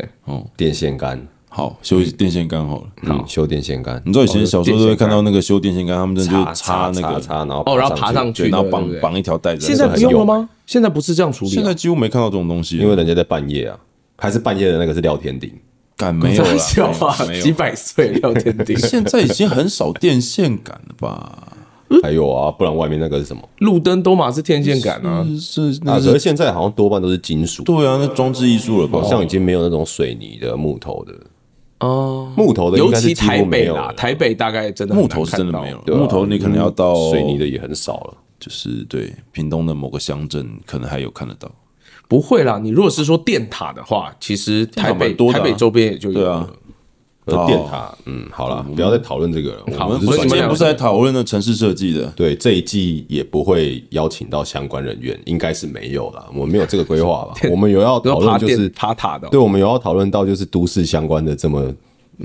Speaker 2: 电线杆，
Speaker 3: 好修电线杆好了。
Speaker 2: 嗯，修电线杆
Speaker 3: 你，知道以前小时候都会看到那个修电线杆，他们真的就
Speaker 2: 插
Speaker 3: 插那
Speaker 2: 哦插
Speaker 3: 个，
Speaker 2: 插，然后
Speaker 4: 哦，然后爬
Speaker 2: 上去，
Speaker 3: 对，
Speaker 4: 上去的，
Speaker 3: 然后
Speaker 4: 对
Speaker 3: 绑
Speaker 4: 不对
Speaker 3: 绑一条带子。
Speaker 4: 现在不
Speaker 3: 很有
Speaker 4: 用了吗？现在不是这样处理啊，
Speaker 3: 现
Speaker 4: <laughs>
Speaker 3: 在几乎没看到这种东西了，
Speaker 2: 因为人家在半夜啊，还是半夜的那个是廖天鼎，
Speaker 3: 敢没有了，
Speaker 4: 笑话
Speaker 3: 没，有，
Speaker 4: 几。百岁聊天顶
Speaker 3: <laughs> 现在已经很少电线杆了 <laughs> 吧？
Speaker 4: 嗯
Speaker 2: 还有啊，不然外面那个是什么？
Speaker 4: 路灯都嘛是天线杆啊，
Speaker 3: 是是
Speaker 2: 啊，
Speaker 3: 那
Speaker 2: 可是
Speaker 3: 是
Speaker 2: 现在好像多半都是金属，
Speaker 3: 对啊，那装置艺术了吧？
Speaker 2: 好像已经没有那种水泥的、木头的，
Speaker 4: 哦，
Speaker 2: 木头的应
Speaker 4: 尤
Speaker 2: 该是
Speaker 4: 其
Speaker 2: 几
Speaker 4: 台
Speaker 2: 乎没
Speaker 4: 北
Speaker 2: 有
Speaker 4: 啦，
Speaker 2: 了，嗯
Speaker 4: 台北大概真的很
Speaker 3: 木
Speaker 4: 难
Speaker 3: 头是真的
Speaker 4: 看到
Speaker 3: 没有，
Speaker 2: 对
Speaker 3: 了，
Speaker 2: 啊
Speaker 3: 木头你可能要到
Speaker 2: 水泥的也很少了。
Speaker 3: 就是对屏东的某个乡镇，可能还有看得到。
Speaker 4: 不会啦。你如果是说电塔的话，其实
Speaker 3: 电塔
Speaker 4: 台北
Speaker 3: 蛮多的啊
Speaker 4: 台北周边也就有
Speaker 3: 对啊
Speaker 4: 了。
Speaker 2: 呃，电塔，嗯，好了，不要再讨论这个了。我
Speaker 4: 好
Speaker 2: 们
Speaker 3: 不是
Speaker 4: 所以你
Speaker 3: 今
Speaker 4: 们
Speaker 3: 天
Speaker 4: 两
Speaker 3: 不
Speaker 4: 个
Speaker 3: 是在讨论那城市设计的？
Speaker 2: 对这一季也不会邀请到相关人员，应该是没有了。我们没有这个规
Speaker 4: <laughs>
Speaker 2: 划吧？我们有要
Speaker 4: 然
Speaker 2: 讨
Speaker 4: 后爬
Speaker 2: 论就
Speaker 4: 电
Speaker 2: 是，
Speaker 4: 爬塔的哦，
Speaker 2: 对，我们有要讨论到就是都市相关的这么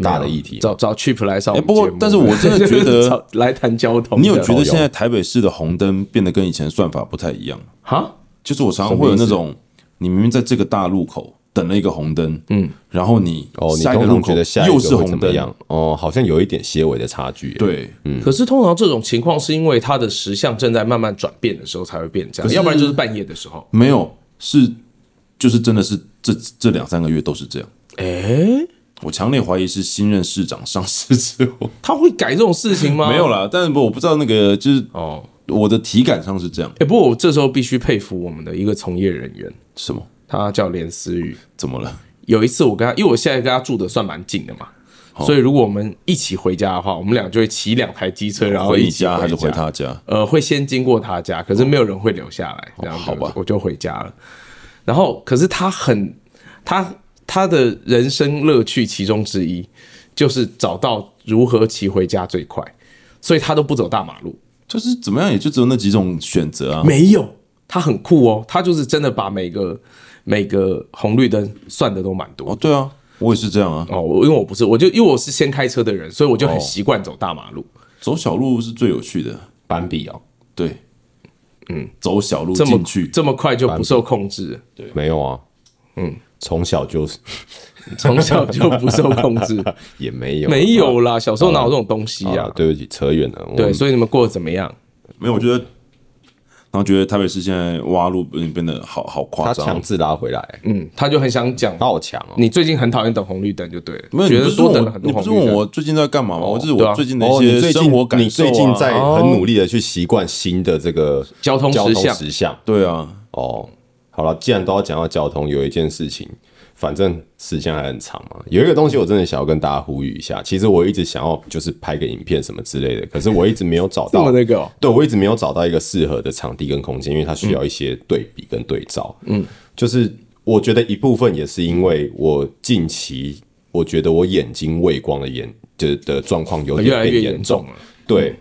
Speaker 2: 大的议题。
Speaker 4: 找找 Chip 来上我们
Speaker 3: 哎不过
Speaker 4: 节目
Speaker 3: 但是我真的觉得
Speaker 4: <laughs> 找来谈交通的，
Speaker 3: 你有觉得现在台北市的红灯变得跟以前算法不太一样？
Speaker 4: 哈？
Speaker 3: 就是我常常会有那种，你明明在这个大路口等了一个红灯，嗯，然后你
Speaker 2: 哦，你
Speaker 3: 下一个路
Speaker 2: 通常
Speaker 3: 口
Speaker 2: 觉得下一
Speaker 3: 又
Speaker 2: 个
Speaker 3: 是
Speaker 2: 会怎
Speaker 3: 红
Speaker 2: 么
Speaker 3: 灯，
Speaker 2: 样？哦，好像有一点些微的差距耶。
Speaker 3: 对，
Speaker 4: 可是通常这种情况是因为它的实相正在慢慢转变的时候才会变这样，
Speaker 3: 是
Speaker 4: 要不然就是半夜的时候。
Speaker 3: 没有是就是真的是这这两三个月都是这样。
Speaker 4: 哎，
Speaker 3: 我强烈怀疑是新任市长上市之后
Speaker 4: 他会改这种事情吗？
Speaker 3: <laughs> 没有啦，但是我不知道那个就是
Speaker 4: 哦。
Speaker 3: 我的体感上是这样，
Speaker 4: 哎，不过我这时候必须佩服我们的一个从业人员，
Speaker 3: 什么
Speaker 4: 他叫连思雨。
Speaker 3: 怎么了？
Speaker 4: 有一次我跟他，因为我现在跟他住的算蛮近的嘛，所以如果我们一起回家的话，我们俩就会骑两台机车，然后
Speaker 3: 回
Speaker 4: 一
Speaker 3: 你
Speaker 4: 起
Speaker 3: 家还是
Speaker 4: 回
Speaker 3: 回？他家？
Speaker 4: 呃，会先经过他家，可是没有人会留下来，这样子
Speaker 3: 哦好吧
Speaker 4: 我就回家了。然后，可是他很他他的人生乐趣其中之一就是找到如何骑回家最快，所以他都不走大马路。
Speaker 3: 就是怎么样，也就只有那几种选择啊。
Speaker 4: 没有，他很酷哦，他就是真的把每个每个红绿灯算的都蛮多
Speaker 3: 哦，对啊，我也是这样啊，
Speaker 4: 哦，我因为我不是，我就因为我是先开车的人，所以我就
Speaker 3: 哦
Speaker 4: 很习惯走大马路。
Speaker 3: 走小路是最有趣的。
Speaker 2: 斑比哦，
Speaker 3: 对，嗯，走小路
Speaker 4: 这么
Speaker 3: 进去，
Speaker 4: 这么快就不受控制，
Speaker 2: 没有啊，嗯，从小就是 <laughs>
Speaker 4: 从小就不受控
Speaker 3: <laughs>
Speaker 4: 制，
Speaker 2: 也没有，
Speaker 4: 没有啦，小时候哪有这种东西
Speaker 2: 好啦
Speaker 3: 哦
Speaker 4: 啊？
Speaker 2: 对不起，扯远了。我
Speaker 4: 对，
Speaker 3: 嗯
Speaker 2: 们
Speaker 4: 所以你们过得怎么样？
Speaker 3: 没有，我觉得，然后觉得台北市现在挖路变变得好好夸
Speaker 2: 他强
Speaker 3: 张。啊
Speaker 2: 制拉回来，
Speaker 4: 嗯，他就很想讲，
Speaker 2: 他好强哦。
Speaker 4: 你最近很讨厌等红绿灯，就对了，
Speaker 3: 没有，你
Speaker 4: 觉
Speaker 3: 不
Speaker 4: 得
Speaker 3: 是
Speaker 4: 多
Speaker 3: 问
Speaker 4: 等了
Speaker 3: 我，
Speaker 4: 很
Speaker 3: 你不
Speaker 4: 多红
Speaker 3: 是
Speaker 4: 绿
Speaker 3: 问我
Speaker 4: 灯。
Speaker 3: 最近在干嘛吗？我就是
Speaker 4: 对
Speaker 3: 我
Speaker 4: 啊
Speaker 3: 最近的一
Speaker 2: 哦，你
Speaker 3: 些
Speaker 2: 最
Speaker 3: 生
Speaker 2: 近
Speaker 3: 活感受啊。
Speaker 2: 你最近在
Speaker 4: 哦
Speaker 2: 很努力的去习惯新的这个
Speaker 4: 交通
Speaker 2: 交
Speaker 4: 实
Speaker 2: 通
Speaker 4: 相
Speaker 2: 实相
Speaker 3: 对啊，
Speaker 2: 哦。好了，既然都要讲到交通，有一件事情，反正时间还很长嘛，有一个东西我真的想要跟大家呼吁一下。其实我一直想要就是拍个影片什么之类的，可是我一直没有找
Speaker 4: 这
Speaker 2: 到
Speaker 4: 么那个哦
Speaker 2: 对我一直没有找到一个适合的场地跟空间，因为它
Speaker 4: 嗯
Speaker 2: 需要一些对比跟对照。嗯，就是我觉得一部分也是因为我近期我觉得我眼睛畏光的眼的的状况有
Speaker 4: 越
Speaker 2: 点
Speaker 4: 来
Speaker 2: 变
Speaker 4: 越
Speaker 2: 严
Speaker 4: 严
Speaker 2: 重
Speaker 4: 重，了，嗯
Speaker 2: 对，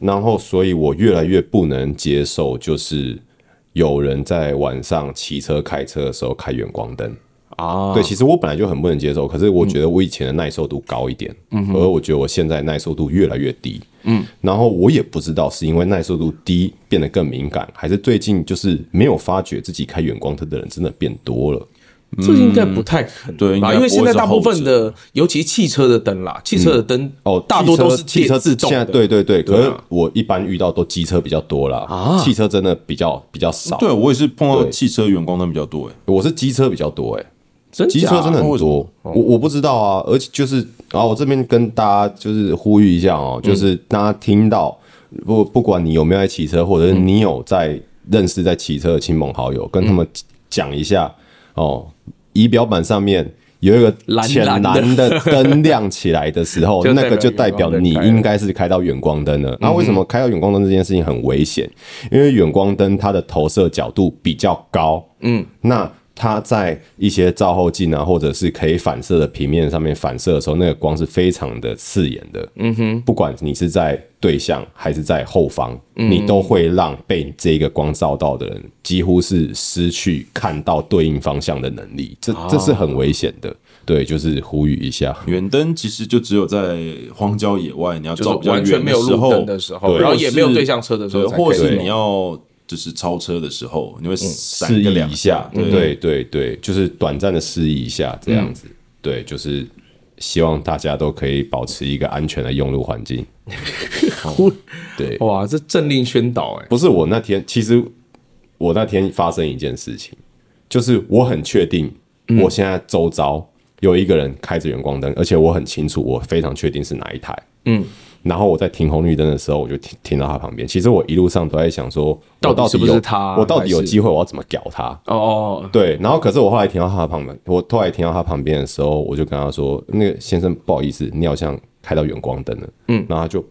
Speaker 2: 然后所以我越来越不能接受，就是有人在晚上骑车、开车的时候开远光灯。啊，
Speaker 4: 嗯
Speaker 2: 对，其实我本来就很不能接受，可是我觉得我以前的耐受度高一点，
Speaker 4: 嗯
Speaker 2: 而我觉得我现在耐受度越来越低，嗯，然后我也不知道是因为耐受度低变得更敏感，还是最近就是没有发觉自己开远光灯的人真的变多了，
Speaker 4: 这应该不太可能
Speaker 3: 嗯对应该
Speaker 4: 吧？
Speaker 3: 不
Speaker 4: 因
Speaker 3: 会
Speaker 4: 为现在
Speaker 3: 是嗯
Speaker 4: 大部分
Speaker 3: 后
Speaker 4: 的，尤其汽车的灯啦，汽车的灯
Speaker 2: 哦，
Speaker 4: 大多都是
Speaker 2: 汽车
Speaker 4: 电自动
Speaker 2: 现在
Speaker 4: 的，
Speaker 2: 对对对，可
Speaker 4: 对
Speaker 2: 是
Speaker 4: 啊
Speaker 2: 我一般遇到都机车比较多啦，啊，汽车真的比较比较少，
Speaker 3: 对我也是碰到
Speaker 2: 对
Speaker 3: 汽车远光灯比较多哎。
Speaker 2: 我是机车比较多哎、
Speaker 4: 真
Speaker 2: 机
Speaker 4: 假
Speaker 2: 车真的很
Speaker 3: 为什
Speaker 2: 多，
Speaker 4: 哦
Speaker 2: 我我不知道啊，而且就是啊，我这边跟大家就是呼吁一下哦，
Speaker 4: 嗯
Speaker 2: 就是大家听到不不管你有没有在骑车，或者是
Speaker 4: 嗯
Speaker 2: 你有在认识
Speaker 4: 嗯
Speaker 2: 在骑车的亲朋好友，跟他们讲一下哦，仪表板上面。有一个
Speaker 4: 蓝
Speaker 2: 浅
Speaker 4: 蓝的
Speaker 2: 蓝
Speaker 4: <laughs>
Speaker 2: 的灯亮起来的时候，
Speaker 4: 就代
Speaker 2: 那
Speaker 4: 表
Speaker 2: 个就代表你
Speaker 4: 远光灯开了嗯
Speaker 2: 应该是开到远光灯了。那为什么开到远光灯这件事情很危险？因为远光灯它的投射角度比较高，嗯，那。它在一些照后镜啊，或者是可以反射的平面上面反射的时候，那个光是非常的刺眼的。嗯哼，不管你是在对象还是在后方，你都会让被这个光照到的人几乎是失去看到对应方向的能力，这这是很危险的。对，就是呼吁一下。
Speaker 3: 远灯其实就只有在荒郊野外，你要
Speaker 4: 就是
Speaker 3: 照比较
Speaker 4: 完全
Speaker 3: 远
Speaker 4: 没有
Speaker 3: 时
Speaker 4: 路
Speaker 3: 候
Speaker 4: 灯的时候，
Speaker 2: 对
Speaker 4: 然后
Speaker 3: 或
Speaker 4: 也
Speaker 3: 是
Speaker 4: 没有对向车的时候
Speaker 3: 对
Speaker 4: 才可以
Speaker 3: 或是
Speaker 4: 用
Speaker 3: 你要就是超车的时候，你会闪
Speaker 2: 示
Speaker 3: 个
Speaker 2: 意
Speaker 3: 两
Speaker 2: 一下，
Speaker 3: 对啊
Speaker 4: 嗯
Speaker 2: 对对对，就是短暂的示意一下这样
Speaker 4: 嗯
Speaker 2: 子，对，就是希望大家都可以保持一个安全的用路环境。对，
Speaker 4: 哇，这政令宣导哎、
Speaker 2: 不是我那天，其实我那天发生一件事情，就是我很确定，
Speaker 4: 嗯
Speaker 2: 我现在周遭有一个人开着远光灯，而且我很清楚，我非常确定是哪一台。嗯，然后我在停红绿灯的时候，我就停停到他旁边。其实我一路上都在想说，
Speaker 4: 到底
Speaker 2: 我到
Speaker 4: 是
Speaker 2: 底
Speaker 4: 不
Speaker 2: 有
Speaker 4: 是他
Speaker 2: 我到底有
Speaker 4: 还是
Speaker 2: 机会，我要怎么搞他？
Speaker 4: 哦哦，
Speaker 2: 对，然后可是我后来停到他旁边，我后来停到他旁边的时候，我就跟他说：“那个先生，不好意思，你好像开到远光灯了。”嗯，然后他就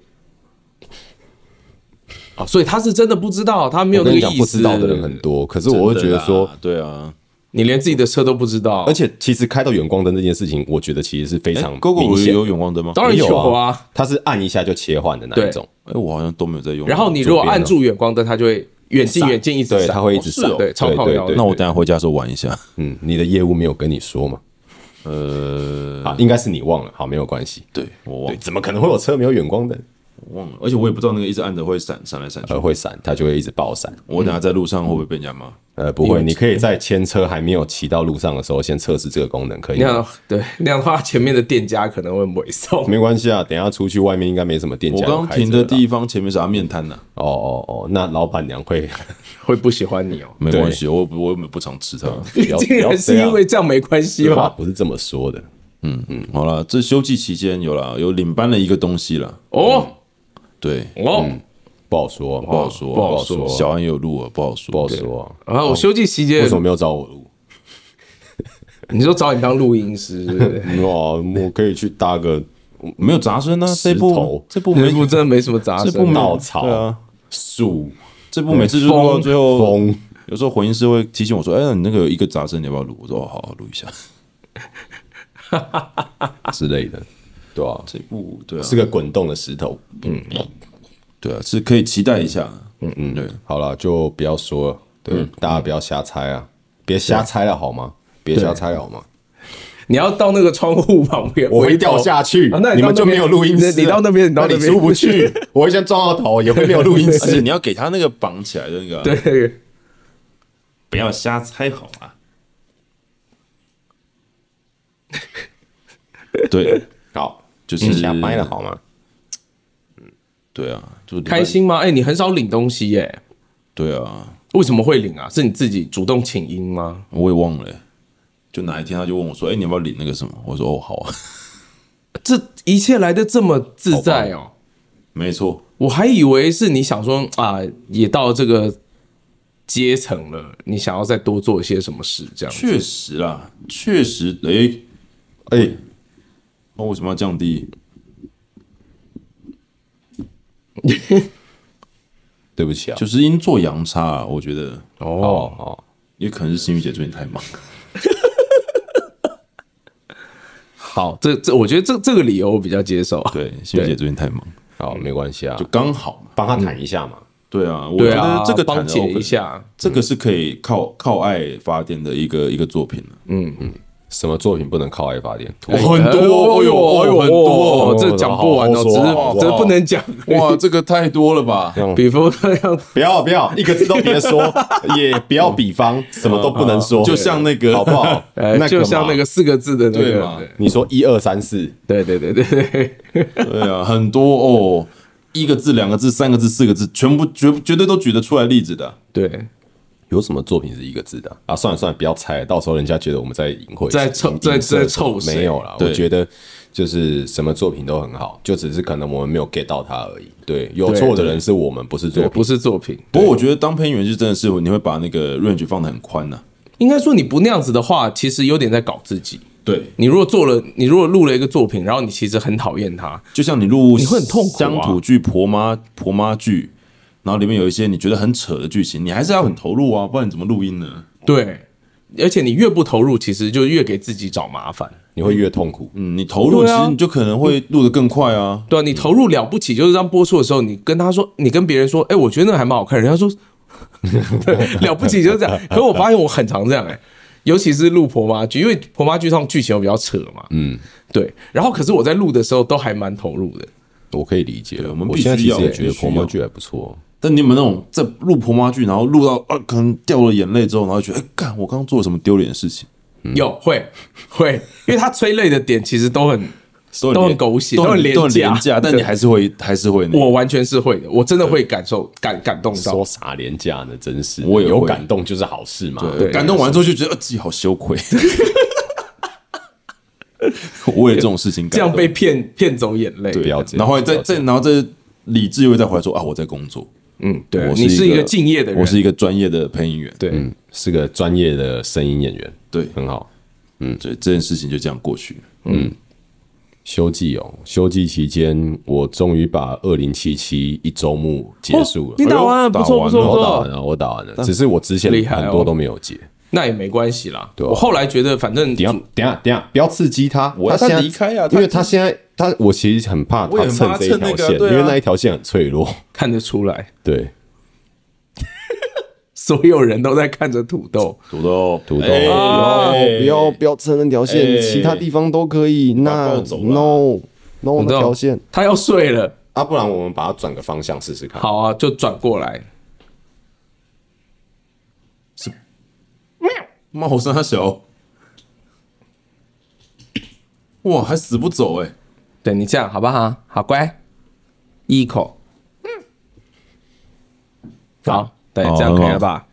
Speaker 4: 哦，所以他是真的不知道，他没有
Speaker 2: 我
Speaker 4: 那
Speaker 2: 跟
Speaker 4: 个
Speaker 2: 你讲，
Speaker 4: 意
Speaker 2: 不
Speaker 4: 思。
Speaker 2: 知道的人很多，可是我会觉得说，
Speaker 3: 对啊，
Speaker 4: 你连自己的车都不知道，
Speaker 2: 而且其实开到远光灯这件事情，我觉得其实是非常
Speaker 3: 狗狗
Speaker 2: 明显，
Speaker 3: 欸有远光灯吗？
Speaker 4: 当然
Speaker 2: 有
Speaker 4: 有
Speaker 2: 啊
Speaker 4: 啊。
Speaker 2: 它是按一下就切换的那一种，
Speaker 3: 哎，我好像都没有在用。
Speaker 4: 然后你如果
Speaker 2: 左边啊
Speaker 4: 按住远光灯，它就会远近
Speaker 2: 闪
Speaker 4: 远近一直
Speaker 2: 对，
Speaker 4: 闪，
Speaker 2: 它会一直
Speaker 4: 哦是
Speaker 2: 闪
Speaker 4: 哦，对，超
Speaker 2: 对
Speaker 4: 靠
Speaker 2: 对
Speaker 4: 腰的
Speaker 2: 对
Speaker 3: 那我等下回家的时候玩一下。
Speaker 2: 嗯，你的业务没有跟你说嘛？
Speaker 3: 呃，
Speaker 2: 啊，应该是你忘了，好，没有关系。
Speaker 3: 对我忘
Speaker 2: 对，怎么可能会有车没有远光灯？
Speaker 3: 我忘了，而且我也不知道那个一直按着会闪闪来闪去
Speaker 2: 呃，。会闪，它就会一直爆闪。
Speaker 3: 我等下在路上会不会被人家骂？
Speaker 2: 呃，不会，你可以在牵车还没有骑到路上的时候，先测试这个功能，可以
Speaker 4: 那
Speaker 2: 吗？
Speaker 4: 样对那样的话，前面的店家可能会尾送。
Speaker 2: 没关系啊，等一下出去外面应该没什么店
Speaker 3: 我
Speaker 2: 家有
Speaker 3: 刚
Speaker 2: 开着啦。
Speaker 3: 停的啊地方前面是阿面摊呐，
Speaker 2: 哦哦哦，那老板娘会
Speaker 4: 会不喜欢你哦。
Speaker 3: 没关系，我我我不常吃它。
Speaker 2: 要
Speaker 4: <laughs> 竟然是因为这样没关系
Speaker 2: 话
Speaker 4: 吗？
Speaker 2: <laughs> 不是这么说的。
Speaker 3: 嗯， <laughs> 好了，这休季期间有了有领班的一个东西了，
Speaker 4: 哦
Speaker 3: 对，
Speaker 2: 嗯
Speaker 4: 哦，
Speaker 2: 不好说，啊不
Speaker 3: 不好说，
Speaker 2: 不好说，
Speaker 3: 小安也有录啊，不好说，
Speaker 2: 不好说啊。
Speaker 4: 然后我休季期间
Speaker 2: 为什，么没有找我录？
Speaker 4: 你说找你当录音师，是不是
Speaker 2: <laughs> 哇，我可以去搭个
Speaker 3: 没有杂声啊，这
Speaker 2: 石
Speaker 3: 部
Speaker 2: 头
Speaker 3: 这部
Speaker 4: 那部
Speaker 3: 没
Speaker 4: 真的没什么杂
Speaker 3: 这部
Speaker 4: 声
Speaker 3: 没
Speaker 4: 啊。
Speaker 2: 稻草
Speaker 3: 对啊，
Speaker 2: 树
Speaker 3: 这部每次就录到最后，
Speaker 2: 风，
Speaker 3: 有时候混音师会提醒我说：“哎呀，你那个有一个杂声，你要不要录？”我说：“哦，好，好录一下。
Speaker 2: 之类的，对啊”，
Speaker 3: 这部对啊
Speaker 2: 是，个滚动的石头。
Speaker 3: 对啊，是可以期待一下。嗯嗯，对，
Speaker 2: 好了，就不要说了，对，大家不要瞎猜啊，别瞎猜了好吗？别瞎猜了好吗？
Speaker 4: 你要到那个窗户旁边，
Speaker 2: 我会
Speaker 4: 回头
Speaker 2: 掉下去
Speaker 4: 啊那，你
Speaker 2: 你
Speaker 4: 到那
Speaker 2: 们就没
Speaker 4: 边
Speaker 2: 有录音
Speaker 4: 你
Speaker 2: 室了。
Speaker 4: 你到那边你到
Speaker 2: 那
Speaker 4: 那
Speaker 2: 你
Speaker 4: 边
Speaker 2: 出不去，我会先撞到头，也会没有录
Speaker 3: <laughs>
Speaker 2: 音
Speaker 3: 而且
Speaker 2: 室。
Speaker 3: 你要给他那个绑起来的那个啊，
Speaker 4: 对，
Speaker 3: 不要瞎猜好吗？ <laughs> 对，
Speaker 2: 好，
Speaker 3: 就是
Speaker 2: 瞎掰了好吗？
Speaker 3: 对啊，就是礼拜
Speaker 4: 开。心吗？哎，你很少领东西耶，
Speaker 3: 对啊，
Speaker 4: 为什么会领啊？是你自己主动请缨吗？
Speaker 3: 我也忘了欸。就哪一天他就问我说：“哎，你要不要领那个什么？”我说：“哦，好啊。 <laughs>
Speaker 4: 这一切来的这么自在哦，”
Speaker 3: 没错，
Speaker 4: 我还以为是你想说啊，也到这个阶层了，你想要再多做一些什么事这样。
Speaker 3: 确实啦，确实。哎，
Speaker 2: 哎，
Speaker 3: 那为什么要降低？
Speaker 2: 对不起啊，
Speaker 3: 就是因做阳差啊，我觉得
Speaker 4: 哦，
Speaker 2: 哦，
Speaker 3: 也可能是心雨姐最近太忙。
Speaker 4: 好，这这我觉得这这个理由我比较接受。
Speaker 3: 对，心雨姐最近太忙，
Speaker 2: 好，没关系啊
Speaker 3: 就，刚好嘛。
Speaker 2: 帮他谈一下嘛。
Speaker 3: 对啊，我觉
Speaker 4: 对啊
Speaker 3: 得，这个
Speaker 4: 帮
Speaker 3: 谈
Speaker 4: 解一，下，
Speaker 3: 这个是可以靠靠爱发电的一个一个作品啊了。
Speaker 2: 什么作品不能靠爱发电？
Speaker 3: 哎很多
Speaker 4: 哎
Speaker 3: 哎呦
Speaker 4: 呦，
Speaker 3: 很多
Speaker 4: 哦这讲不完哦，
Speaker 2: 好好
Speaker 4: 只
Speaker 2: 说好好
Speaker 4: 是
Speaker 2: 说
Speaker 4: 只是不能
Speaker 3: <laughs>
Speaker 4: 讲。
Speaker 3: 哇，这个太多了 <laughs> 吧？
Speaker 4: 比方说那样，
Speaker 2: 不要不要，一个字都别说，也不要比方，什么都不能说，
Speaker 3: 就像那个
Speaker 2: 好不好？
Speaker 4: 呃，
Speaker 2: 嘛
Speaker 4: 就像那个，四个字的那
Speaker 3: 对啊嘛
Speaker 4: 个，
Speaker 2: 你说一二三四，
Speaker 4: 对对对对对， <laughs>
Speaker 3: 对啊，很多哦，一个字、两个字、三个字、四个字，全部绝绝对都举得出来例子的。
Speaker 4: 对，
Speaker 2: 有什么作品是一个字的啊啊？算了算了，不要猜了，到时候人家觉得我们在隐晦，
Speaker 4: 在凑
Speaker 2: 隐
Speaker 4: 在
Speaker 2: 隐射
Speaker 4: 在凑谁
Speaker 2: 没有啦，
Speaker 3: 对
Speaker 2: 我觉得就是什么作品都很好，就只是可能我们没有 get 到它而已。对，有
Speaker 4: 对
Speaker 2: 错的人是我们，不是作
Speaker 4: 对，
Speaker 2: 品。
Speaker 4: 不是作品。
Speaker 3: 不过我觉得当配音员是真的是你会把那个 range 放得很宽呐、
Speaker 4: 应该说你不那样子的话，其实有点在搞自己。
Speaker 3: 对，
Speaker 4: 你如果做了，你如果录了一个作品，然后你其实很讨厌它，
Speaker 3: 就像你录
Speaker 4: 你会很痛苦啊
Speaker 3: 乡土剧、婆妈婆妈剧，然后里面有一些你觉得很扯的剧情，你还是要很投入啊，不然你怎么录音呢？
Speaker 4: 对，而且你越不投入，其实就越给自己找麻烦。
Speaker 2: 你会越痛苦。
Speaker 3: 嗯，你投入，
Speaker 4: 对
Speaker 3: 其
Speaker 4: 啊
Speaker 3: 实你就可能会录得更快啊。
Speaker 4: 对啊，你投入了不起，就是当播出的时候，你跟他说，你跟别人说，哎、我觉得那个还蛮好看，人家说 <laughs> 对了不起就是这样。可我发现我很常这样哎、尤其是录婆妈剧，因为婆妈剧上剧情又比较扯嘛，嗯，对。然后可是我在录的时候都还蛮投入的，
Speaker 2: 我可以理解，
Speaker 3: 我们
Speaker 2: 我
Speaker 3: 必须
Speaker 2: 现在其
Speaker 3: 要
Speaker 2: 实也觉得
Speaker 3: 必须
Speaker 2: 婆妈
Speaker 3: 要
Speaker 2: 剧还不错。
Speaker 3: 但你有没有那种在录婆妈剧，然后录到啊，可能掉了眼泪之后，然后觉得，哎，干，我刚刚做了什么丢脸的事情？
Speaker 2: 嗯
Speaker 4: 有会会，因为他催泪的点其实都很，
Speaker 3: 都
Speaker 4: 都很
Speaker 3: 廉
Speaker 4: 狗血
Speaker 3: 都
Speaker 4: 都很廉
Speaker 3: 都很
Speaker 4: 价
Speaker 3: 廉价，但你
Speaker 4: 对
Speaker 3: 还是会还是会那个。
Speaker 4: 我完全是会的，我真的会感受感感动到
Speaker 2: 说。啥廉价呢？真是，
Speaker 3: 我也
Speaker 2: 有
Speaker 3: 会
Speaker 2: 感动就是好事嘛。
Speaker 3: 对，感动完之后就觉得呃自己好羞愧。 <laughs> 我为了这种事情
Speaker 4: 这
Speaker 3: 感
Speaker 4: 样
Speaker 3: 动，
Speaker 4: 被骗骗走眼泪，
Speaker 2: 不要这
Speaker 3: 然
Speaker 2: 样。
Speaker 3: 后再再然后再理智又会再回来说啊，我在工作，
Speaker 4: 嗯，对，
Speaker 3: 我
Speaker 4: 你
Speaker 3: 是
Speaker 4: 是一个敬业的人，
Speaker 3: 我是一个专业的配音员。
Speaker 4: 对，
Speaker 2: 嗯，是个专业的声音演员，
Speaker 3: 对
Speaker 2: 很好。
Speaker 3: 对，这件事情就这样过去。
Speaker 2: 休季哦，休季期间，我终于把二零七七一周目结束
Speaker 3: 哦
Speaker 2: 了。
Speaker 4: 哦
Speaker 2: 哎
Speaker 4: 你打完了，
Speaker 3: 打
Speaker 4: 不错
Speaker 3: 完
Speaker 4: 不
Speaker 3: 了
Speaker 4: 错不
Speaker 2: 我打完
Speaker 4: 错，
Speaker 2: 了，我打完了，只是我之前
Speaker 4: 厉害哦
Speaker 2: 很多都没有接。
Speaker 4: 那也没关系啦。
Speaker 2: 对啊
Speaker 4: 我后来觉得，反正
Speaker 2: 等一下，等一下，等一下，不要刺激他，
Speaker 3: 我要
Speaker 2: 他现在
Speaker 3: 他离开啊他
Speaker 2: 因为他现在他，我其实很怕
Speaker 3: 我也
Speaker 2: 他
Speaker 3: 很怕
Speaker 2: 这一
Speaker 3: 蹭那
Speaker 2: 条
Speaker 3: 个啊
Speaker 2: 线，
Speaker 3: 对啊
Speaker 2: 因为那一条线很脆弱。 <laughs>
Speaker 4: 看得出来，
Speaker 2: 对，
Speaker 4: 所有人都在看着土豆。
Speaker 3: 土豆，土
Speaker 2: 豆
Speaker 4: 哦
Speaker 2: 不要哦不要蹭那条
Speaker 3: 哎
Speaker 2: 线，其他地方都可以。
Speaker 3: 它
Speaker 2: 那
Speaker 3: 抱走了
Speaker 2: no no
Speaker 4: 你
Speaker 2: 那
Speaker 4: 知道
Speaker 2: 条线
Speaker 4: 他要睡了，
Speaker 2: 啊，不然我们把它转个方向试试看。
Speaker 4: 好啊，就转过来。
Speaker 3: 妈，好生他小。哇，还死不走哎、
Speaker 4: 对你这样好不好？好乖，一口。
Speaker 2: 嗯
Speaker 4: 好，对，
Speaker 3: 哦
Speaker 4: 这样可以了吧？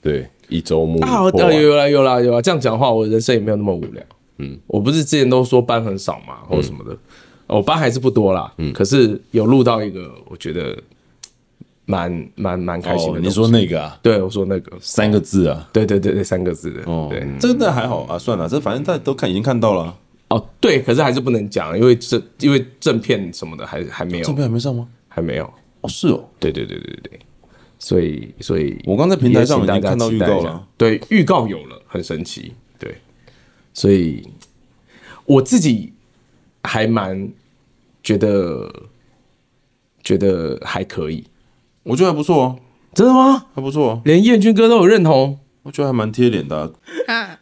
Speaker 2: 对，一周目
Speaker 4: 啊，好
Speaker 2: 破
Speaker 4: 呃
Speaker 2: 完
Speaker 4: 有啦有啦有啦，这样讲话，我人生也没有那么无聊。嗯，我不是之前都说班很少
Speaker 3: 嗯
Speaker 4: 嘛，或什么的，我班还是不多啦。嗯，可是有录到一个，我觉得蛮蛮蛮开心的
Speaker 3: 哦
Speaker 4: 东西、
Speaker 3: 你说那个啊，
Speaker 4: 对，我说那个，
Speaker 3: 三个字啊。
Speaker 4: 对对对对，三个字的，
Speaker 3: 哦
Speaker 4: 对，
Speaker 3: 这个还好啊，算了，这反正大家都看，已经看到了啊、
Speaker 4: 哦对，可是还是不能讲，因为这因为正片什么的还还
Speaker 3: 正
Speaker 4: 没有，
Speaker 3: 片还没上吗？
Speaker 4: 还没有，
Speaker 3: 哦，是哦，
Speaker 4: 对对对对对对，所以所以
Speaker 3: 我刚在平台上已
Speaker 4: 也请大
Speaker 3: 经
Speaker 4: 家
Speaker 3: 看到预告
Speaker 4: 期待一
Speaker 3: 了
Speaker 4: 下，，对，预告有了，很神奇，对，所以我自己还蛮觉得觉得还可以，
Speaker 3: 我觉得还不错哦、
Speaker 4: 真的吗？
Speaker 3: 还不错、哦，
Speaker 4: 连彦军哥都有认同，
Speaker 3: 我觉得还蛮贴脸的啊、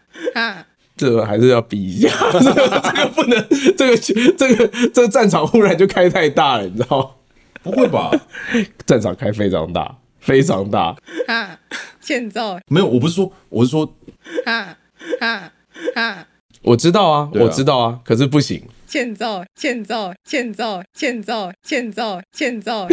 Speaker 4: 这个还是要比一下， <laughs> 这个这个不能，这个这个这个战场忽然就开太大了，你知道吗？
Speaker 3: 不会 <laughs> 吧？
Speaker 4: 战场开非常大，非常大，
Speaker 5: 哈，欠揍
Speaker 3: 没有，我不是说，我是说，
Speaker 5: 哈哈哈，
Speaker 4: 我知道啊，
Speaker 3: 对啊
Speaker 4: 我知道啊，可是不行，
Speaker 5: 欠揍欠揍欠揍欠揍欠揍欠揍，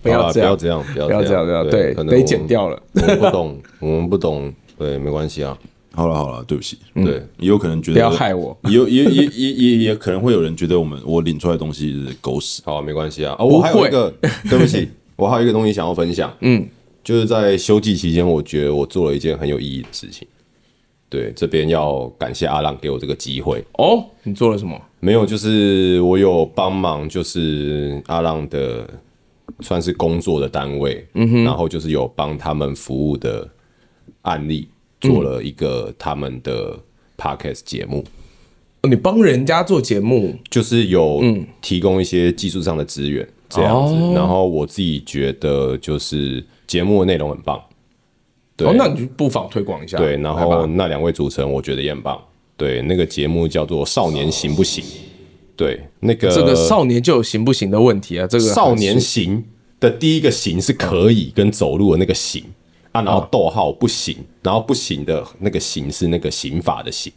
Speaker 4: 不
Speaker 2: 好
Speaker 4: 要
Speaker 2: 啦
Speaker 4: 这
Speaker 2: 不要
Speaker 4: 样，
Speaker 2: 这样，不要
Speaker 4: 不要这样，不要对，
Speaker 2: 可能
Speaker 4: 得
Speaker 2: 我
Speaker 4: 剪
Speaker 2: 们
Speaker 4: 掉了。
Speaker 2: 我们不懂，我们不懂，对，没关系啊。
Speaker 3: 好了好了，对不起，
Speaker 2: 对，
Speaker 3: 也有可能觉得
Speaker 4: 不要害我，
Speaker 3: 也有也也也也也可能会有人觉得我们我领出来的东西是狗屎，
Speaker 2: 好，没关系啊。啊，我还有一个， <laughs> 对不起，我还有一个东西想要分享。嗯，就是在休季期间，我觉得我做了一件很有意义的事情。对，这边要感谢阿浪给我这个机会。
Speaker 4: 哦，你做了什么？
Speaker 2: 没有，就是我有帮忙，就是阿浪的算是工作的单位，嗯哼，然后就是有帮他们服务的案例，做了一个他们的 podcast 节目。
Speaker 4: 哦你帮人家做节目，
Speaker 2: 就是有
Speaker 4: 嗯
Speaker 2: 提供一些技术上的资源这样子。
Speaker 4: 哦
Speaker 2: 然后我自己觉得就是节目的内容很棒，对，
Speaker 4: 哦，那你就不妨推广一下。
Speaker 2: 对，然
Speaker 4: 来
Speaker 2: 后
Speaker 4: 吧
Speaker 2: 那两位主持人我觉得也很棒。对，那个节目叫做《少年行不行》，对，那
Speaker 3: 呃
Speaker 2: 个
Speaker 4: 这个少年就有行不行的问题啊，这个
Speaker 2: 少年行的第一个行是可以跟走路的那个行啊，然后逗号不行，然后不行的那个行是那个刑法的刑。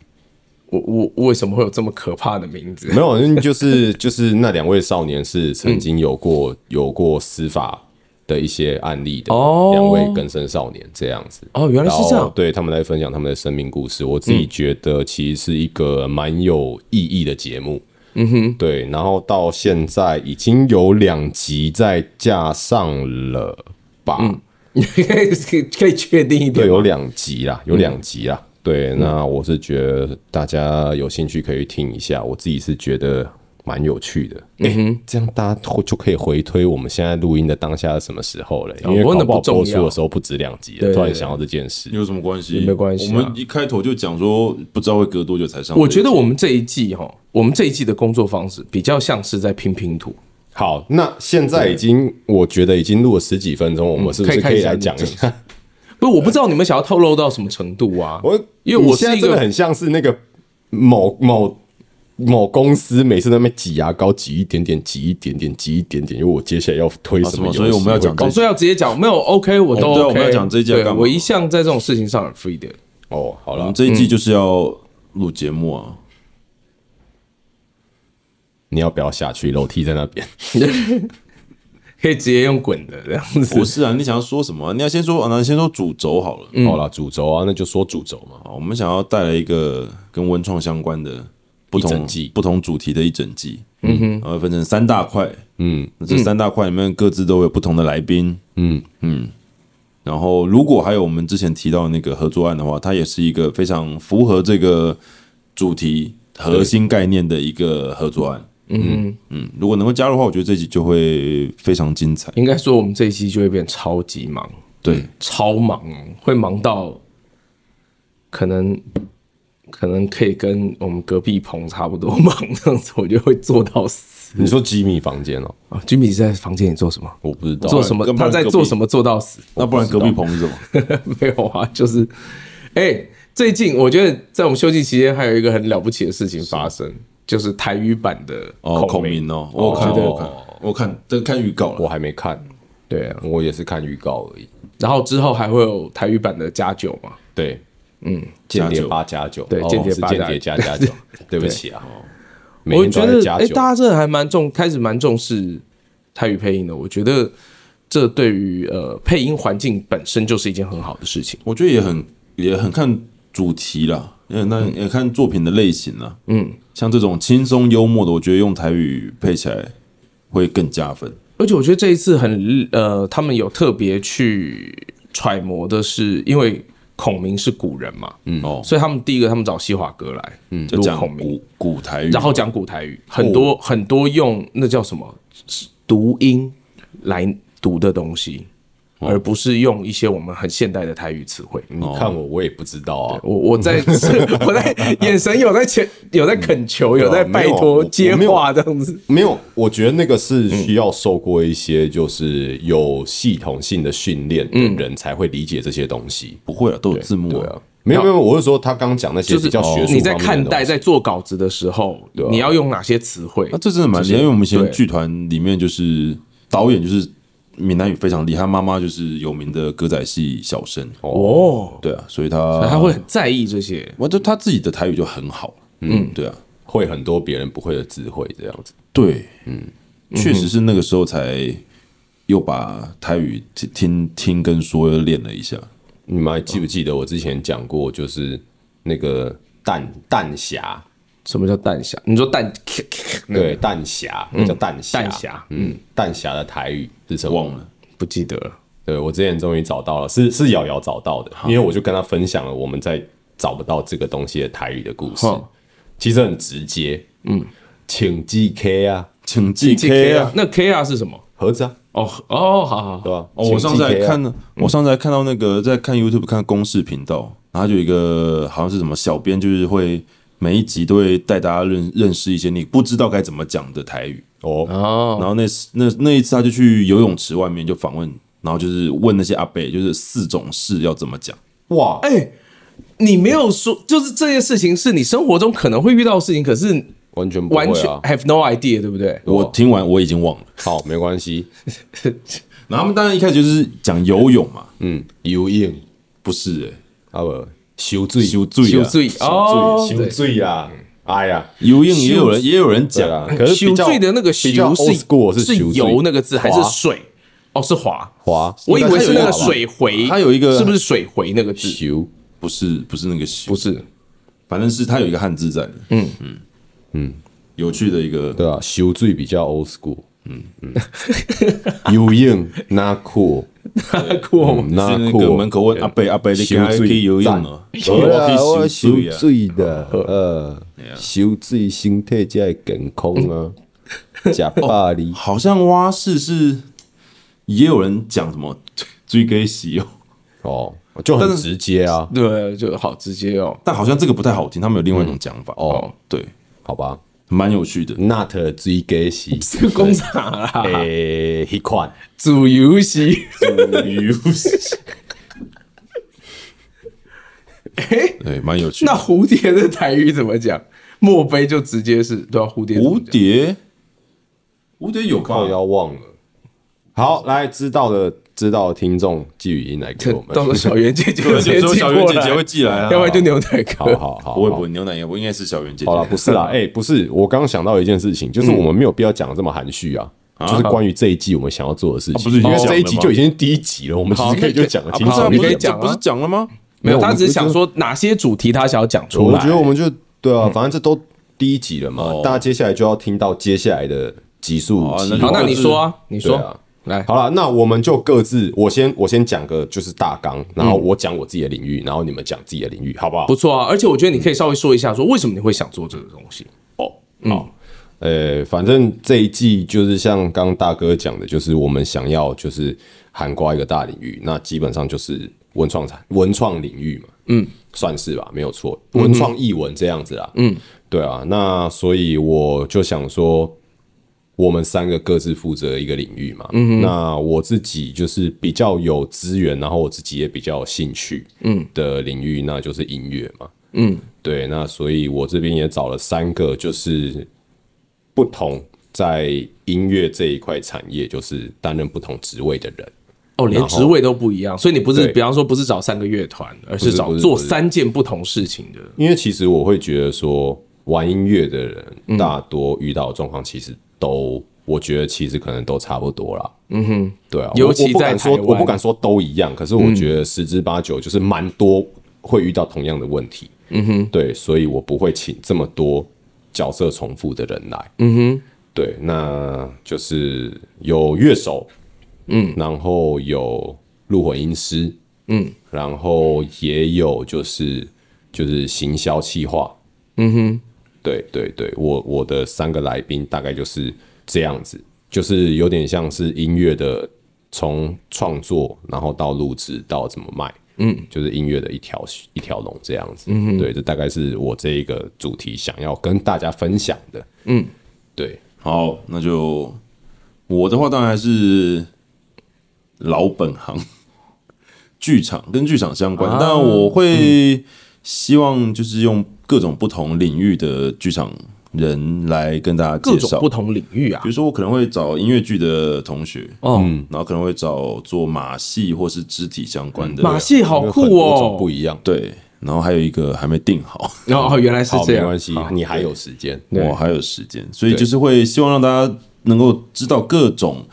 Speaker 4: 我我我为什么会有这么可怕的名字？
Speaker 2: 没有，因为就是 <laughs> 就是那两位少年是曾经有
Speaker 4: 嗯
Speaker 2: 过、有过司法的一些案例的
Speaker 4: 哦
Speaker 2: 两位更生少年这样子。
Speaker 4: <laughs> 哦原来是这样
Speaker 2: 然后对他们来分享他们的生命故事，我自己觉得其实是一个蛮有意义的节目。嗯哼，对，然后到现在已经有两集在架上了吧？
Speaker 4: <laughs> 嗯你可以可以可以确定一
Speaker 2: 对，
Speaker 4: 点吗嗯
Speaker 2: 有两集啦，有两集啦。对，那我是觉得大家有兴趣可以听一下，我自己是觉得蛮有趣的。嗯这样大家会就可以回推我们现在录音的当下是什么时候了，因为
Speaker 4: 哦那
Speaker 2: 搞不好
Speaker 4: 不重
Speaker 2: 播出
Speaker 4: 要
Speaker 2: 的时候不止两集
Speaker 4: 对对
Speaker 2: 了，突然
Speaker 4: 对
Speaker 2: 想到这件事。
Speaker 3: 有什么关系？
Speaker 4: 也没关系啊
Speaker 3: 我们一开头就讲说，不知道会隔多久才上。
Speaker 4: 我觉得我们这一季哈，我们这一季的工作方式比较像是在拼拼图，
Speaker 2: 好，那现在已经我觉得已经录了十几分钟，我们是不
Speaker 4: 可
Speaker 2: 是
Speaker 4: 以看
Speaker 2: 可
Speaker 4: 一
Speaker 2: 以
Speaker 4: 下
Speaker 2: 来
Speaker 4: 你
Speaker 2: 讲一
Speaker 4: 这
Speaker 2: 下？
Speaker 4: 不是我不知道你们想要透露到什么程度啊。
Speaker 2: 我
Speaker 4: 因为我
Speaker 2: 你现在
Speaker 4: 是一个
Speaker 2: 真的很像是那个某某某公司每次在那边挤牙膏，挤一点点，挤一点点，挤一点点，因为我接下来要推什么游
Speaker 3: 啊
Speaker 2: 戏，
Speaker 3: 所以我们要讲
Speaker 2: 会
Speaker 3: 这
Speaker 4: 哦，所以要直接讲没有 OK，我都
Speaker 3: 哦对啊
Speaker 4: OK。
Speaker 3: 我们要讲这一季要
Speaker 4: 对
Speaker 3: 干嘛
Speaker 4: 我一向在这种事情上很 free 的。
Speaker 2: 哦，好
Speaker 3: 我
Speaker 2: 了
Speaker 4: 嗯
Speaker 3: 们，这一季就是要录节目啊。
Speaker 2: 你要不要下去？楼梯在那边。哦
Speaker 4: 可以直接用滚的这样子。
Speaker 3: 不是啊，你想要说什么啊、你要先说，啊，那先说主轴好了。
Speaker 4: 嗯
Speaker 2: 好了，主轴啊，那就说主轴嘛。
Speaker 3: 好，我们想要带来一个跟文创相关的不
Speaker 2: 一
Speaker 3: 同
Speaker 2: 整季
Speaker 3: 不同主题的一整季。嗯哼，然后分成三大块。嗯，那这三大块里面各自都有不同的来宾。嗯嗯，然后如果还有我们之前提到的那个合作案的话，它也是一个非常符合这个主题核心概念的一个合作案。
Speaker 4: 嗯，
Speaker 3: 嗯，如果能够加入的话，我觉得这集就会非常精彩。
Speaker 4: 应该说我们这一期就会变超级忙，
Speaker 3: 对，
Speaker 4: 超忙哦，会忙到可能可能可以跟我们隔壁棚差不多忙这样子，我就会做到死。
Speaker 2: 你说吉米房间哦，
Speaker 4: 啊，君米在房间里做什么？
Speaker 2: 我不知道
Speaker 4: 做什么
Speaker 3: 跟？不
Speaker 4: 他
Speaker 3: 然
Speaker 4: 在
Speaker 3: 隔壁
Speaker 4: 做什么？做到死？
Speaker 3: 那不然隔壁棚是什么？
Speaker 4: 没有啊，就是，哎、最近我觉得在我们休息期间还有一个很了不起 <laughs> 的事情发生，就是台语版的
Speaker 3: 哦，
Speaker 4: 孔
Speaker 3: 孔
Speaker 4: 明。
Speaker 3: 明哦，我有看
Speaker 2: 哦
Speaker 3: 我有看我有看，但看预告
Speaker 4: 嗯
Speaker 2: 我
Speaker 3: 了。
Speaker 2: 还没看，
Speaker 4: 对啊，
Speaker 2: 我也是看预告而已。
Speaker 4: 然后之后还会有台语版的加九嘛？
Speaker 2: 对，嗯，间谍
Speaker 3: 加九
Speaker 2: 八加九，
Speaker 4: 对
Speaker 2: 哦
Speaker 4: 间谍
Speaker 2: 是
Speaker 4: 八
Speaker 2: 间
Speaker 4: 加
Speaker 2: 谍
Speaker 4: <laughs>
Speaker 2: 加加九，对不起啊，每
Speaker 4: 我
Speaker 2: 天
Speaker 4: 觉
Speaker 2: 都在
Speaker 4: 得，
Speaker 2: 加
Speaker 4: 哎、
Speaker 2: 九
Speaker 4: 大家真的还蛮重，开始蛮重视台语配音的。我觉得这对于呃配音环境本身就是一件很好的事情。
Speaker 3: 我觉得也很也很看主题啦，也那也看作品的类型啦。嗯，像这种轻松幽默的，我觉得用台语配起来会更加分。
Speaker 4: 而且我觉得这一次很呃，他们有特别去揣摩的是，因为孔明是古人嘛，
Speaker 3: 嗯哦，
Speaker 4: 所以他们第一个他们找西华哥来，嗯，
Speaker 3: 就讲
Speaker 4: 孔明，
Speaker 3: 古古台语，
Speaker 4: 然后讲古台语，很
Speaker 2: 哦
Speaker 4: 多、很多用那叫什么读音来读的东西，
Speaker 2: 哦
Speaker 4: 而不是用一些我们很现代的台语词汇。
Speaker 2: 你哦看我，我也不知道啊。
Speaker 4: 我我在我在眼神有在求有在恳求，有在拜
Speaker 2: 没有
Speaker 4: 托
Speaker 2: 我
Speaker 4: 接
Speaker 2: 我没有
Speaker 4: 话这样子。
Speaker 2: 没有，我觉得那个是需要受过一些就是有系统性的训练的人才会理解这些东西。
Speaker 3: 不会啊，都有字幕
Speaker 2: 对啊，，没有没有，我是说他刚讲那些
Speaker 4: 嗯就是哦
Speaker 2: 比较学术，
Speaker 4: 你在看待、在做稿子的时候，你要用哪些词汇
Speaker 3: 啊那？这真的蛮厉害，因为我们以前
Speaker 4: 对
Speaker 3: 剧团里面就是导演就是闽南语非常厉害，他妈妈就是有名的歌仔戏小生。
Speaker 4: 哦，
Speaker 3: 对啊，所以他
Speaker 4: 他会很在意这些。
Speaker 3: 我就他自己的台语就很好。嗯，对啊，
Speaker 2: 会很多别人不会的智慧这样子。
Speaker 3: 对，嗯，确实是那个时候才又把台语听听听跟说又练了一下。
Speaker 2: 你们还记不记得我之前讲过，就是那个弹弹匣，
Speaker 4: 什么叫弹匣？你说 <laughs> 弹嗯
Speaker 2: 对弹匣，那叫弹匣，
Speaker 4: 弹匣
Speaker 2: 嗯，弹匣的台语是什么？
Speaker 3: 忘了。
Speaker 4: 不记得了。
Speaker 2: 对我之前终于找到了，是是瑶瑶找到的，因为我就跟他分享了我们在找不到这个东西的台语的故事
Speaker 4: 好，
Speaker 2: 其实很直接，嗯，请 G K 啊，
Speaker 3: 请记 K 啊！
Speaker 4: 那 K R 是什么？
Speaker 2: 盒子啊，
Speaker 4: 哦哦，好好好
Speaker 2: 对，吧？
Speaker 3: 哦，我上次还
Speaker 2: 请 GK 啊
Speaker 3: 看，呢，我上次还看到那个在看 YouTube 看公式频道，然后就有一个好像是什么小编，就是会每一集都会带大家认认识一些你不知道该怎么讲的台语。
Speaker 2: 哦，
Speaker 4: 哦，
Speaker 3: 然后那那那一次他就去游泳池外面就访问，然后就是问那些阿伯，就是四种事要怎么讲。
Speaker 2: 哇，
Speaker 4: 哎，你没有说，就是这件事情是你生活中可能会遇到的事情，可是
Speaker 2: 完全不会
Speaker 4: 完全
Speaker 2: 啊，
Speaker 4: have no idea，对不对？
Speaker 3: 我听完我已经忘了。
Speaker 2: 好，没关系，
Speaker 3: 然后他们当然一开始就是讲游泳嘛，
Speaker 2: 嗯，游泳
Speaker 3: 不是、欸，
Speaker 2: 啊不，修醉
Speaker 3: 修醉
Speaker 4: 酒
Speaker 3: 啊，
Speaker 4: 醉哦，
Speaker 2: 修醉啊，哎呀，
Speaker 3: 游泳也有人也有人
Speaker 2: 对
Speaker 3: 讲
Speaker 2: 啊
Speaker 3: 啊，，
Speaker 2: 可是
Speaker 4: 酒
Speaker 2: 比较
Speaker 4: 醉的那个
Speaker 2: 比较
Speaker 4: 修
Speaker 2: old school
Speaker 4: 是
Speaker 2: 是
Speaker 4: 是
Speaker 2: 修醉
Speaker 4: 游那个字还是
Speaker 2: 滑
Speaker 4: 水？哦，是滑。
Speaker 2: 滑，
Speaker 4: 我以为是那
Speaker 2: 应
Speaker 4: 个
Speaker 2: 该是
Speaker 4: 水回，
Speaker 3: 它有一个
Speaker 4: 是不是水回那个字？
Speaker 2: 修，
Speaker 3: 不是不是那个修
Speaker 4: 不，是，
Speaker 3: 反正是它有一个汉字在，嗯嗯嗯，有趣的一个
Speaker 2: 对啊，修醉比较 old school，嗯嗯，游泳 not cool，
Speaker 4: 酷哦，
Speaker 3: 去那个门口问阿贝，阿贝你
Speaker 2: 修
Speaker 3: 还可
Speaker 2: 水
Speaker 3: 以游泳
Speaker 2: 赞
Speaker 3: 哦，
Speaker 2: 对
Speaker 3: 我
Speaker 2: 啊
Speaker 3: 去
Speaker 2: 我
Speaker 3: 修
Speaker 2: 受
Speaker 3: 水啊啊
Speaker 2: 罪的，呃，受罪身体才会健康
Speaker 3: <laughs>
Speaker 2: 啊。假巴黎，
Speaker 3: 好像蛙式是也有人讲什么追给洗哦，
Speaker 2: 哦，就很直接啊，
Speaker 4: 对，就好直接哦。
Speaker 3: 但好像这个不太好听，他们有另外一种讲法
Speaker 2: 哦
Speaker 3: 哦，对，
Speaker 2: 好吧
Speaker 3: 蛮有趣的。
Speaker 2: ，not 追
Speaker 3: <laughs>
Speaker 2: 给是
Speaker 4: 这个工厂啦，
Speaker 2: 诶，一款
Speaker 4: 煮游戏，
Speaker 3: 对，蛮有趣
Speaker 4: 那
Speaker 3: 的。
Speaker 4: 蝴蝶的台语怎么讲？莫非就直接是对啊？蝴蝶怎么
Speaker 3: 蝴
Speaker 4: 讲
Speaker 3: 蝶，蝴蝶有吧 <laughs>
Speaker 2: 靠？腰忘了。好，来知道的知道的听众寄语音来
Speaker 3: <laughs>
Speaker 2: 给我们
Speaker 4: <laughs> 到时。候小圆姐姐
Speaker 3: 有
Speaker 4: 直接
Speaker 3: 时候
Speaker 4: 寄
Speaker 3: 小圆
Speaker 4: 过
Speaker 3: 姐
Speaker 4: 来
Speaker 3: 姐会寄来啊，
Speaker 4: 要不然就牛奶哥。
Speaker 2: 好好好，
Speaker 3: 不会不
Speaker 2: 好
Speaker 3: 会牛奶也不应该是小圆姐姐。
Speaker 2: 好了，不是 <laughs> 啦，哎、不是，我刚刚想到一件事情，就是我们没有必要讲得这么含蓄嗯啊。就是关于这一季我们想要做的事情，
Speaker 3: 啊不是已经
Speaker 2: 因为
Speaker 3: 讲了
Speaker 2: 这一集
Speaker 3: 吗
Speaker 2: 就已经是第一集了，我们其
Speaker 4: 好
Speaker 2: 实可以
Speaker 4: 那
Speaker 2: 就
Speaker 4: 就
Speaker 2: 讲得
Speaker 4: 啊
Speaker 2: 清
Speaker 4: 不是
Speaker 2: 楚
Speaker 4: 啊
Speaker 2: 一
Speaker 4: 不是
Speaker 2: 点
Speaker 4: 啊。讲啊
Speaker 3: 这不是讲了吗？
Speaker 4: 没有，
Speaker 2: 没有
Speaker 4: 他
Speaker 2: 我们
Speaker 4: 只是想
Speaker 2: 就
Speaker 4: 说哪些主题他想要讲出
Speaker 2: 我
Speaker 4: 来。
Speaker 2: 觉得我们就对啊，反正这都第一集了嘛，大家接下来就要听到接下来的集数
Speaker 3: 好啊
Speaker 2: 期
Speaker 3: 那就
Speaker 2: 望。
Speaker 4: 好，那你说啊，你
Speaker 2: 对
Speaker 4: 说
Speaker 2: 啊
Speaker 4: 来，
Speaker 2: 好了，那我们就各自，我先我先讲个就是大纲，然后我讲我自己的领域，然后你们讲自己的领域，好不好？
Speaker 4: 不错啊。而且我觉得你可以稍微说一下，说为什么你会想做这个东西？
Speaker 2: 呃，反正这一季就是像刚大哥讲的，就是我们想要就是涵盖一个大领域，那基本上就是文创产文创领域嘛，嗯，算是吧，没有错，文创译文这样子啦，嗯，对啊，那所以我就想说，我们三个各自负责一个领域嘛，嗯，那我自己就是比较有资源，然后我自己也比较有兴趣，嗯，的领域那就是音乐嘛，嗯，对，那所以我这边也找了三个就是不同在音乐这一块产业，就是担任不同职位的人。
Speaker 4: 哦，连
Speaker 2: 然后
Speaker 4: 职位都不一样，所以你不是
Speaker 2: 对
Speaker 4: 比方说不是找三个乐团，而
Speaker 2: 不
Speaker 4: 是
Speaker 2: 是
Speaker 4: 找
Speaker 2: 不是
Speaker 4: 做
Speaker 2: 不是
Speaker 4: 三件不同事情的。
Speaker 2: 因为其实我会觉得说，玩音乐的人大多遇到的状况，其实都、我觉得其实可能都差不多啦。嗯哼，对啊，
Speaker 4: 尤其
Speaker 2: 我我不
Speaker 4: 在
Speaker 2: 敢
Speaker 4: 台
Speaker 2: 说
Speaker 4: 湾
Speaker 2: 我不敢说都一样，可是我觉得十之八九就是蛮多会遇到同样的问题。嗯哼，对，所以我不会请这么多角色重复的人来。嗯哼，对，那就是有乐手，嗯，然后有录混音师，嗯，然后也有就是就是行销企划，嗯哼，对对对，我我的三个来宾大概就是这样子，就是有点像是音乐的从创作，然后到录制到怎么卖，嗯，就是音乐的一条一条龙这样子，嗯对，这大概是我这一个主题想要跟大家分享的，嗯，对，
Speaker 3: 好，那就我的话，当然还是老本行， <laughs> 剧场跟剧场相
Speaker 4: 啊
Speaker 3: 关。但我
Speaker 4: 嗯
Speaker 3: 会希望就是用各种不同领域的剧场人来跟大家
Speaker 4: 各
Speaker 3: 介
Speaker 4: 种
Speaker 3: 绍
Speaker 4: 不。同领域啊哦
Speaker 3: 比如。说，我可能会找音乐剧的同学，嗯，然后可能会找做马戏或是肢体相关的
Speaker 4: 嗯马，戏好
Speaker 2: 有
Speaker 4: 酷
Speaker 2: 啊很多种不
Speaker 4: 哦！
Speaker 2: 一样，
Speaker 3: 对，然后还有一个还没定好，
Speaker 4: 然后哦原来是
Speaker 2: 好，
Speaker 4: 这
Speaker 2: 没
Speaker 4: 样
Speaker 2: 关，系，你还有时间，
Speaker 3: 我还有时间，所以就是会希望让大家能够知道各种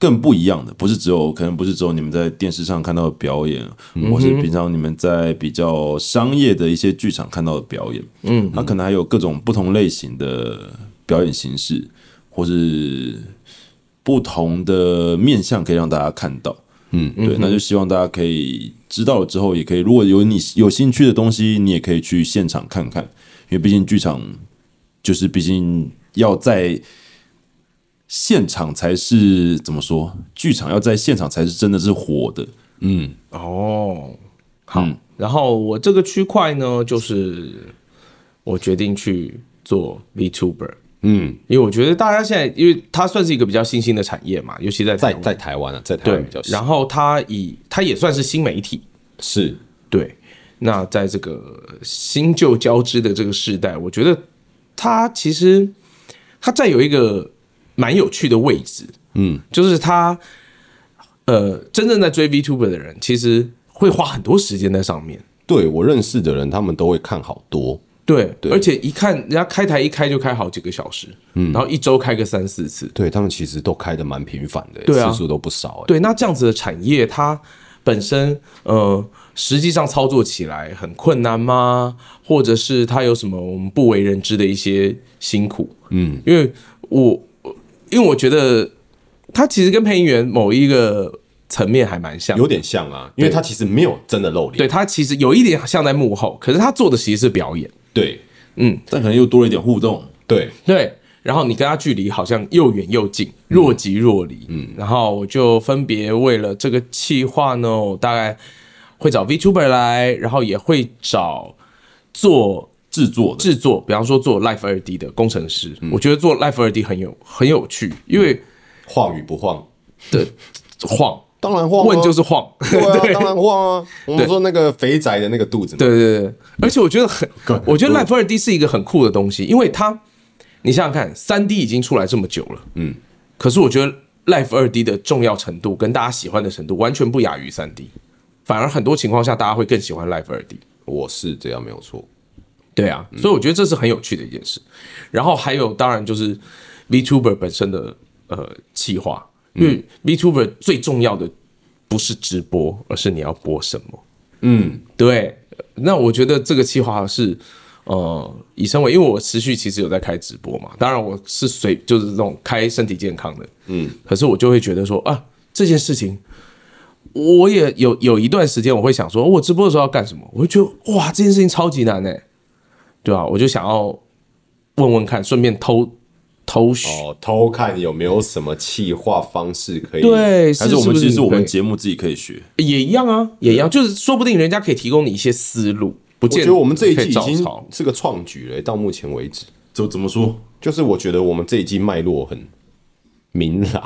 Speaker 3: 更不一样的，不是只有可能不是只有你们在电视上看到的表演，或是平常你们在比较商业的一些剧场看到的表演，嗯，它可能还有各种不同类型的表演形式，或是不同的面向可以让大家看到。嗯，对，那就希望大家可以知道了之后，也可以如果有你有兴趣的东西，你也可以去现场看看，因为毕竟剧场就是毕竟要在现场才是怎么说，剧场要在现场才是真的是火的。嗯
Speaker 4: 哦，好，然后我这个区块呢，就是我决定去做 VTuber，
Speaker 2: 嗯，
Speaker 4: 因为我觉得大家现在，因为它算是一个比较新兴的产业嘛，尤其在台
Speaker 2: 在
Speaker 4: 湾
Speaker 2: 在台湾啊，在台湾
Speaker 4: 对
Speaker 2: 比较，少
Speaker 4: 然后它以它也算是新媒体，
Speaker 2: 是
Speaker 4: 对。那在这个新旧交织的这个时代，我觉得它其实它占有一个蛮有趣的位置，嗯，就是它呃，真正在追 VTuber 的人，其实会花很多时间在上面。
Speaker 2: 对我认识的人，他们都会看好多。
Speaker 4: 对，而且一看人家开台一开就开好几个小时，嗯，然后一周开个三四次，
Speaker 2: 对他们其实都开的蛮频繁的、
Speaker 4: 对啊
Speaker 2: 次数都不少、欸。，
Speaker 4: 对，那这样子的产业，它本身呃，实际上操作起来很困难吗？或者是它有什么我们不为人知的一些辛苦？嗯，因为我因为我觉得它其实跟配音员某一个层面还蛮像的，
Speaker 2: 有点像啊，因为
Speaker 4: 对
Speaker 2: 他其实没有真的露脸。
Speaker 4: 对他其实有一点像在幕后，可是他做的其实是表演，
Speaker 2: 对
Speaker 4: 嗯，
Speaker 3: 但可能又多了一点互动。
Speaker 2: 对，
Speaker 4: 对。然后你跟他距离好像又远又近，若即若离。嗯，然后我就分别为了这个企划呢，我大概会找 VTuber 来，然后也会找做
Speaker 3: 制作的，
Speaker 4: 制作，嗯比方说做 Life 二 D 的工程师。我觉得做 Life 二 D 很有很有趣，因为
Speaker 2: 晃与不晃，
Speaker 4: 的晃
Speaker 2: 当然晃、啊，
Speaker 4: 问就是晃， <laughs>
Speaker 2: 对啊，当然晃啊。我们说那个肥宅的那个肚子嘛，
Speaker 4: 对对对，而且我觉得很，我觉得 Life 二 D 是一个很酷的东西，因为它，你想想看，三 D 已经出来这么久了，嗯，可是我觉得 Life 二 D 的重要程度跟大家喜欢的程度完全不亚于三 D，反而很多情况下大家会更喜欢 Life 二 D。
Speaker 2: 我是这样没有错。
Speaker 4: 对啊，所以我觉得这是很有趣的一件事。然后还有，当然就是 VTuber 本身的呃企划，因为 VTuber 最重要的不是直播，而是你要播什么。嗯，对。那我觉得这个企划是呃，以身为，因为我持续其实有在开直播嘛，当然我是随就是这种开身体健康的，嗯，可是我就会觉得说啊，这件事情我也有有一段时间，我会想说，我直播的时候要干什么？我就觉得哇，这件事情超级难哎、对啊，我就想要问问看，顺便偷偷学，
Speaker 2: 哦，偷看有没有什么气化方式可以？
Speaker 4: 对，
Speaker 3: 还是我
Speaker 4: 是不
Speaker 3: 们其实我们
Speaker 4: 对
Speaker 3: 节目自己可以学，
Speaker 4: 也一样啊，也一样，就是说不定人家可以提供你一些思路，不
Speaker 2: 我
Speaker 4: 见
Speaker 2: 觉得我们这一季已
Speaker 4: 可以照
Speaker 2: 经
Speaker 4: 抄
Speaker 2: 是个创举了，欸到目前为止，
Speaker 3: 怎怎么说？
Speaker 2: 就是我觉得我们这一季脉络很明朗，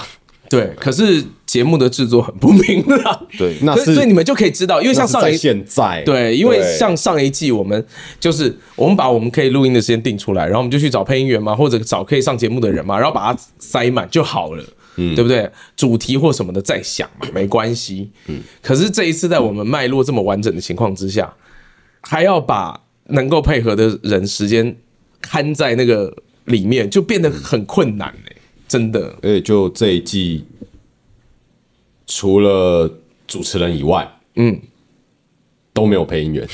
Speaker 4: 对，可是节目的制作很不明朗，
Speaker 3: 对
Speaker 2: 那
Speaker 4: 所
Speaker 2: 是
Speaker 4: 以所以你们就可以知道，因为
Speaker 2: 那
Speaker 4: 像
Speaker 2: 是
Speaker 4: 上
Speaker 2: 在
Speaker 4: 一
Speaker 2: 现在
Speaker 4: 对，因为
Speaker 2: 对
Speaker 4: 像上一季我们就是我们把我们可以录音的时间定出来，然后我们就去找配音员嘛，或者找可以上节目的人嘛，然后把它塞满就好了，嗯，对不对？主题或什么的再想嘛，没关系，嗯。可是这一次在我们脉络这么完整的情况之下，还要把能够配合的人时间看在那个里面，就变得很困难嘞、真的。
Speaker 2: 而且就这一季，除了主持人以外，
Speaker 4: 嗯，
Speaker 2: 都没有配音员。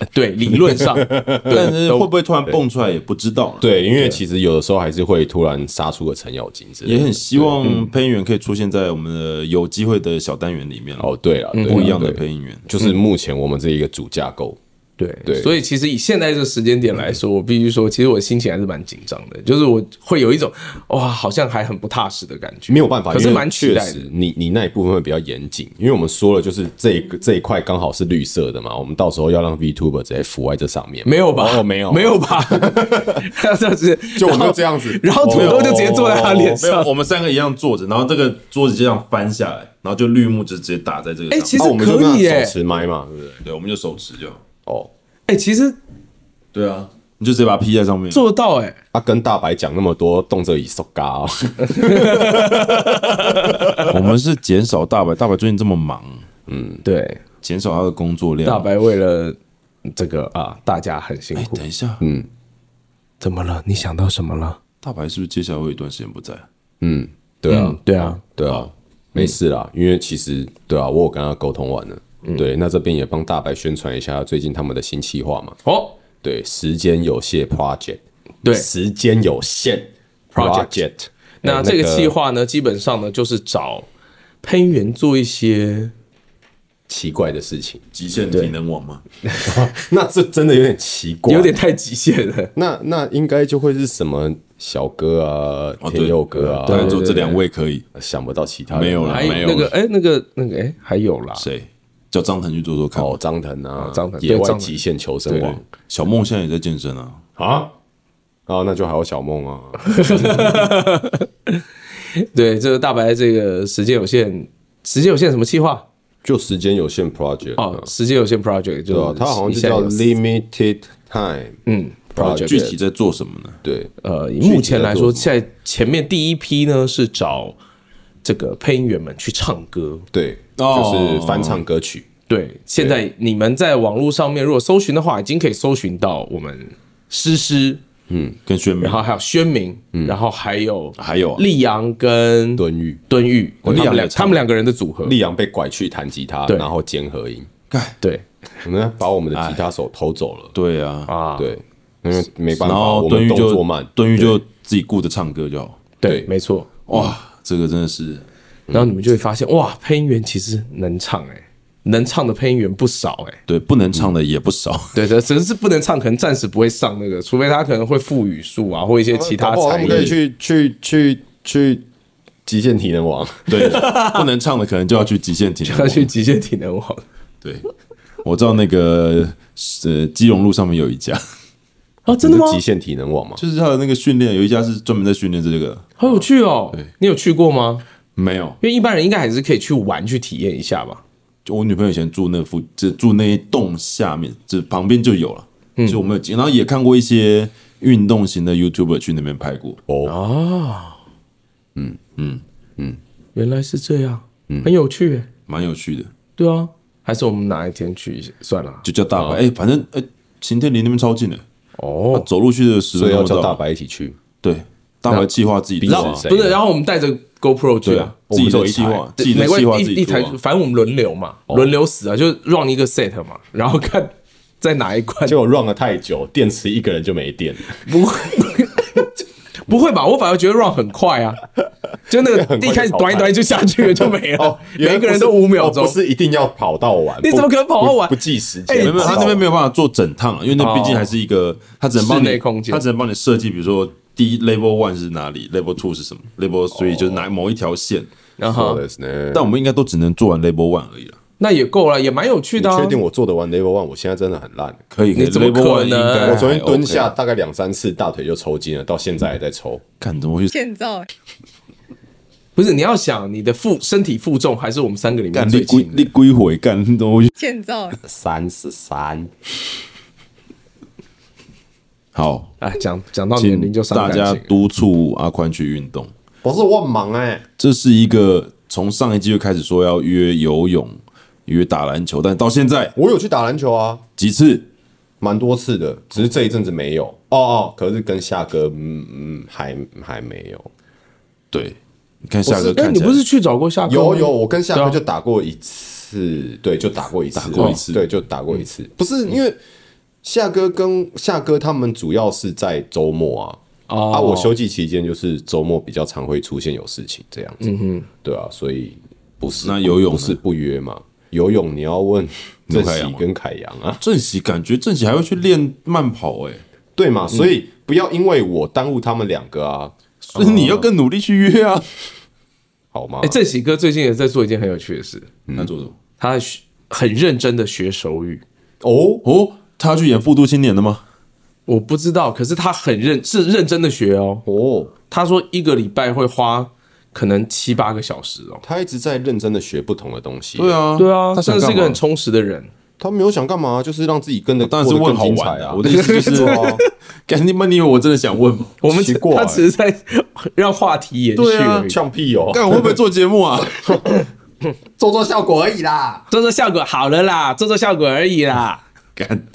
Speaker 2: <laughs>
Speaker 4: 对，理论 <laughs> 上，
Speaker 3: 但是
Speaker 4: 都
Speaker 3: 会不会突然蹦出来也不知道。，
Speaker 2: 对，因为其实有的时候还是会突然杀出个程咬金之类
Speaker 3: 也
Speaker 2: 的。
Speaker 3: 很希望配音员可以出现在我们的有机会的小单元里面哦，
Speaker 2: 哦，对
Speaker 4: 嗯
Speaker 2: 了，对啦
Speaker 3: 不一样的
Speaker 2: 对
Speaker 3: 配音员。
Speaker 2: 就是目前我们这一个主架构，
Speaker 4: 对
Speaker 2: 对嗯
Speaker 4: 所以其实以现在这个时间点来说，我必须说，其实我心情还是蛮紧张的，就是我会有一种哇，好像还很不踏实的感觉。
Speaker 2: 没有办法，
Speaker 4: 可是
Speaker 2: 因为
Speaker 4: 蛮期
Speaker 2: 确
Speaker 4: 待的
Speaker 2: 实，。你你那一部分会比较严谨，因为我们说了，就是这一个这一块刚好是绿色的嘛，我们到时候要让 VTuber 直接浮在这上面嘛。
Speaker 4: 没有吧？
Speaker 2: 哦，没有，
Speaker 4: 没有
Speaker 2: <laughs>
Speaker 4: 吧？ <laughs> 这是
Speaker 2: 就我们就这样子哦
Speaker 4: 然后然后土豆就直接坐在他脸
Speaker 3: 哦没
Speaker 4: 上
Speaker 3: 有。我们三个一样坐着，然后这个桌子就这样翻下来，然后就绿幕就直接打在这个上面。
Speaker 4: 哎其实
Speaker 2: 那啊我们就让
Speaker 4: 可以耶
Speaker 2: 手持麦嘛，对不对？
Speaker 3: 对，我们就手持就好。
Speaker 2: 哦，
Speaker 4: 哎，其实
Speaker 3: 对啊，你就直接把它披在上面。
Speaker 4: 做到哎，
Speaker 2: 啊，跟大白讲那么多，动辄以手嘎哦， <laughs>
Speaker 3: 我们是减少大白，大白最近这么忙，
Speaker 4: 对，
Speaker 3: 减少他的工作量。
Speaker 4: 大，白为了这个啊，大家很辛
Speaker 3: 哎，
Speaker 4: 苦。
Speaker 3: 等一下，
Speaker 2: 嗯
Speaker 4: 怎么了？你想到什么了？
Speaker 3: 大白是不是接下来会有一段时间不在？
Speaker 2: 嗯，对啊
Speaker 4: 嗯，，对啊，
Speaker 2: 对啊，没事啦，因为其实对啊，我有跟他沟通完了。
Speaker 4: 嗯
Speaker 2: 对，那这边也帮大白宣传一下最近他们的新企划嘛。
Speaker 4: 哦，
Speaker 2: 对，时间有限 project，
Speaker 4: 对
Speaker 2: 时间有限
Speaker 4: Project 那这个计划呢，基本上呢就是找配音员做一些
Speaker 2: 奇怪的事情， <laughs>
Speaker 3: 极限体能网吗？
Speaker 2: 那这真的有点奇怪，
Speaker 4: 有点。太极限了。
Speaker 2: 那那应该就会是什么小哥啊、
Speaker 3: 哦对
Speaker 2: 天佑哥啊，
Speaker 3: 大概只有这两位可以。
Speaker 2: 想不到其他啊
Speaker 3: 没有啦。
Speaker 2: 了
Speaker 4: 还有
Speaker 3: 没有
Speaker 4: 那个，哎、那个，那个，哎、还有啦，
Speaker 3: 谁？叫张腾去做做看。
Speaker 2: 哦，张腾啊，
Speaker 4: 张腾对
Speaker 2: 野外
Speaker 4: 张腾
Speaker 2: 极限求生
Speaker 4: 对
Speaker 2: 王
Speaker 3: 小梦现在也在健身啊，
Speaker 2: 啊啊，那就还有小梦啊，
Speaker 4: 对，这个大白这个时间有限，时间有限什么计划？
Speaker 2: 就时间有限 project
Speaker 4: 哦
Speaker 2: 啊，，
Speaker 4: 时间有限 project 就
Speaker 2: 对
Speaker 4: 是
Speaker 2: 啊，它好像就
Speaker 4: 一下
Speaker 2: 叫
Speaker 4: 有
Speaker 2: limited time，
Speaker 4: 嗯
Speaker 2: project
Speaker 3: 具体在做什么呢？
Speaker 2: 对，
Speaker 4: 呃，以
Speaker 2: 具体
Speaker 4: 目前
Speaker 2: 在
Speaker 4: 来
Speaker 2: 做
Speaker 4: 说，
Speaker 2: 什
Speaker 4: 在前面第一批呢是找这个配音员们去唱歌。
Speaker 2: 对，
Speaker 3: 哦
Speaker 2: 就是翻唱歌曲。
Speaker 4: 对，现在你们在网络上面如果搜寻的话，已经可以搜寻到我们诗诗，
Speaker 3: 跟宣明
Speaker 4: 然后还有宣明，然后还有
Speaker 3: 还有啊
Speaker 4: 丽阳跟
Speaker 2: 敦玉
Speaker 4: 敦玉，他
Speaker 3: 丽
Speaker 4: 们
Speaker 3: 阳
Speaker 4: 两
Speaker 3: 也唱
Speaker 4: 他们两个人的组合。
Speaker 2: 丽阳被拐去弹吉他，
Speaker 4: 对
Speaker 2: 然后兼合音，
Speaker 4: 对
Speaker 2: 我们把我们的吉他手偷走了。
Speaker 3: 对啊，
Speaker 4: 啊，
Speaker 2: 对，因为没办
Speaker 3: 然
Speaker 2: 法，
Speaker 3: 后
Speaker 2: 我
Speaker 3: 敦
Speaker 2: 们
Speaker 3: 玉
Speaker 2: 动
Speaker 3: 就
Speaker 2: 作慢。
Speaker 3: 敦玉就自己顾着唱歌就好。
Speaker 4: 对
Speaker 2: 对，
Speaker 4: 没错。
Speaker 3: 哇，这个真的是
Speaker 4: 然后你们就会发现，哇，配音员其实能唱哎、能唱的配音员不少哎、
Speaker 3: 对，不能唱的也不少。
Speaker 4: 对的，只是不能唱，可能暂时不会上那个，除非他可能会赋语数啊，或一些其他
Speaker 2: 哦搞不好他
Speaker 4: 才
Speaker 2: 们可以
Speaker 4: 艺。
Speaker 2: 去去去去极限体能网，
Speaker 3: 对，不能唱的可能就要去极限体能
Speaker 4: <laughs> 他
Speaker 3: 网。
Speaker 4: 去极限体能网
Speaker 3: 对， <laughs> 我知道那个呃基隆路上面有一家，
Speaker 4: 啊， <laughs> 真的吗
Speaker 2: 是？ <laughs> 极限体能网嘛？
Speaker 3: <laughs> 就是他的那个训练有一家是专门在训练这个的，
Speaker 4: 好有趣哦！你有去过吗？
Speaker 3: 没有。
Speaker 4: 因为一般人应该还是可以去玩去体验一下吧。
Speaker 3: 就我女朋友以前住那附，就住那一栋下面，就旁边就有了，所以我们有经，然后也看过一些运动型的 YouTuber 去那边拍过，
Speaker 2: 哦，
Speaker 4: 啊
Speaker 2: 嗯
Speaker 4: 原来是这样，很有趣耶。
Speaker 3: 蛮有趣的。
Speaker 4: 对啊，还是我们哪一天去一下算了啊。
Speaker 3: 就叫大白，哎、反正哎，晴、天离那边超近的，
Speaker 2: 啊
Speaker 4: 哦，
Speaker 3: 走路去的十
Speaker 2: 所
Speaker 3: 分
Speaker 2: 以要
Speaker 3: 钟就
Speaker 2: 叫
Speaker 3: 到
Speaker 2: 大
Speaker 3: 了。
Speaker 2: 白一起去，
Speaker 3: 对，大白计划自己
Speaker 2: 彼
Speaker 3: 做啊，
Speaker 2: 此谁
Speaker 4: 不是，然后我们带着 GoPro 去
Speaker 3: 对
Speaker 4: 啊
Speaker 3: 啊。，自己
Speaker 2: 我
Speaker 3: 的
Speaker 2: 们
Speaker 3: 计
Speaker 2: 只有一
Speaker 3: 划，自己的
Speaker 4: 没关
Speaker 3: 计划自
Speaker 4: 系，一
Speaker 3: 己
Speaker 4: 一台
Speaker 3: 做、，啊。哦
Speaker 4: 反正我们轮流嘛，轮流死啊，就 run 一个 set 嘛，然后看在哪一关
Speaker 2: 结果 run 了太久，电池一个人就没电，
Speaker 4: 不会， <laughs> 不会吧？我反而觉得 run 很快啊，就
Speaker 3: <laughs>
Speaker 4: 那个
Speaker 2: 很快就
Speaker 4: 一开始
Speaker 2: 淘汰
Speaker 4: 端一端就下去了，就没
Speaker 3: 哦
Speaker 4: 了。 <laughs> 每一个人都五秒钟
Speaker 2: 哦哦不，是一定要跑到完，
Speaker 4: 你
Speaker 2: 不
Speaker 4: 怎么可能跑到完
Speaker 2: 不不计时
Speaker 4: 哎哦
Speaker 2: 间，
Speaker 3: 没有，没有他那边没
Speaker 2: 有。
Speaker 3: 有办法做整趟啊，因为那毕竟还是一个，他只能帮
Speaker 4: 室内
Speaker 3: 你
Speaker 4: 空间
Speaker 3: 他只能帮你设计，比如说第一 level one 是哪里，level two 是什么，level
Speaker 4: 哦
Speaker 3: three 就是哪某一条线。
Speaker 4: 然
Speaker 2: 好
Speaker 4: 后
Speaker 2: 的呢，
Speaker 3: 啊但我们应该都只能做完 level one 而已了。
Speaker 4: 啊那也够了，也蛮有趣
Speaker 2: 你
Speaker 4: 的、啊。
Speaker 2: 确定我做得完 level one？我现在真的很烂。
Speaker 3: 可以可以
Speaker 4: 你怎么
Speaker 3: ，level
Speaker 4: 可
Speaker 3: one 应
Speaker 4: 能
Speaker 3: 该
Speaker 2: 我昨天
Speaker 3: 还
Speaker 2: 蹲
Speaker 3: 哎 OK
Speaker 2: 下，大概两三次，大腿就抽筋了，到现在还在抽。
Speaker 3: 看怎么会去
Speaker 5: 建造，
Speaker 4: 不是你要想你的负身体负重还是我们三个里面
Speaker 3: 干
Speaker 4: 最
Speaker 3: 你归
Speaker 4: 轻
Speaker 3: 你
Speaker 4: 的？
Speaker 3: 归回干，你怎么会去？
Speaker 5: 建造，
Speaker 2: 三十三，
Speaker 3: 好，
Speaker 4: 哎，讲讲到年龄
Speaker 3: 请
Speaker 4: 就伤
Speaker 3: 大
Speaker 4: 感
Speaker 3: 家
Speaker 4: 情了。
Speaker 3: 督促阿宽去运动。
Speaker 2: 我是万忙哎，
Speaker 3: 这是一个从上一季就开始说要约游泳、约打篮球，但到现在
Speaker 2: 我有去打篮球啊，
Speaker 3: 几次
Speaker 2: 蛮多次的，只是这一阵子没有。哦哦，可是跟夏哥，嗯嗯，还还没有。
Speaker 3: 对，你看下个
Speaker 4: 哎，
Speaker 3: 看
Speaker 4: 你
Speaker 3: 起来
Speaker 4: 不是去找过下课吗
Speaker 2: 有有，我跟夏
Speaker 4: 对
Speaker 2: 哥
Speaker 4: 啊
Speaker 2: 就打过一次，对，就打过一次，打
Speaker 3: 过一次
Speaker 2: 对，就打过一次。不是因为夏哥跟夏哥他们主要是在周末啊，
Speaker 4: 哦
Speaker 2: 啊，我休季期间就是周末比较常会出现有事情这样子，嗯对啊，所以不是
Speaker 3: 那游泳呢
Speaker 2: 不是不约嘛？游泳你要问
Speaker 3: 刘
Speaker 2: 郑
Speaker 3: 凯阳
Speaker 2: 喜
Speaker 3: 吗
Speaker 2: 跟凯阳啊，
Speaker 3: 郑喜，感觉郑喜还会去练慢跑
Speaker 4: 哦
Speaker 3: 哎、
Speaker 2: 对嘛？所以不要因为我耽误他们两个啊，
Speaker 3: 所以你要更努力去约啊。
Speaker 2: 好吗
Speaker 4: 哎，？郑喜哥最近也在做一件很有趣的事，
Speaker 3: 他做什么？
Speaker 4: 他学很认真的学手语。
Speaker 2: 哦，
Speaker 3: 哦，他去演《复读青年》了吗？
Speaker 4: 我不知道，可是他很认，是认真的学哦。
Speaker 2: 哦，
Speaker 4: 他说一个礼拜会花可能七八个小时哦。
Speaker 2: 他一直在认真的学不同的东西，
Speaker 3: 对啊，
Speaker 4: 对啊，
Speaker 3: 他
Speaker 4: 真
Speaker 3: 想
Speaker 4: 的是
Speaker 3: 干
Speaker 4: 一个很
Speaker 3: 嘛？
Speaker 4: 充实的人。
Speaker 2: 他没有想干嘛，就是让自己跟着
Speaker 3: 哦当然是
Speaker 2: 过得
Speaker 3: 问
Speaker 2: 更
Speaker 3: 好
Speaker 2: 精
Speaker 3: 玩
Speaker 2: 彩
Speaker 3: 的、
Speaker 2: 啊。
Speaker 3: 我的意思
Speaker 4: <laughs>
Speaker 2: <laughs>
Speaker 3: 就是， <laughs> 干你妈！你以为我真的想问吗？
Speaker 4: 我们
Speaker 2: 奇怪
Speaker 4: 他只是在让话题延续而已。
Speaker 2: 呛屁哦，
Speaker 3: 干我会不会做节
Speaker 4: <laughs>
Speaker 3: 目啊？
Speaker 2: 做做效果而已啦。
Speaker 4: 做做效果好了啦，做做效果而已啦。
Speaker 3: 干，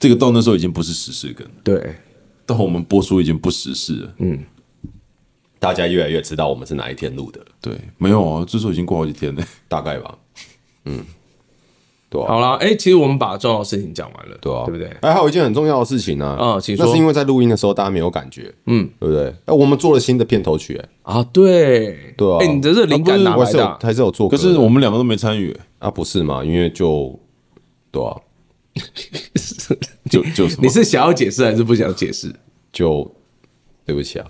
Speaker 3: 这个到那时候已经不是时事梗，
Speaker 4: 对，
Speaker 3: 到我们播出已经不时事了。
Speaker 4: 嗯
Speaker 2: 大家越来越知道我们是哪一天录的了，
Speaker 3: 对，没有啊，这时候已经过好几天了。
Speaker 2: 大概吧。嗯啊
Speaker 4: 好啦，哎、其实我们把重要的事情讲完了，
Speaker 2: 对啊，
Speaker 4: 对不对？
Speaker 2: 哎，还有一件很重要的事情呢、
Speaker 4: 嗯请说
Speaker 2: 那是因为在录音的时候大家没有感觉，嗯，对不对？哎，我们做了新的片头曲、哎，
Speaker 4: 啊，对，
Speaker 2: 对啊。
Speaker 4: 哎、你的这灵感哪
Speaker 2: 啊不
Speaker 4: 来
Speaker 2: 是
Speaker 4: 的
Speaker 2: 我还是有
Speaker 4: 啊、
Speaker 2: 还是有做歌
Speaker 3: 可
Speaker 2: 的，
Speaker 3: 是我们两个都没参与、
Speaker 2: 啊，不是嘛？因为就对啊，
Speaker 3: 就就什么
Speaker 4: 你是想要解释还是不想解释？
Speaker 2: 就对不起啊，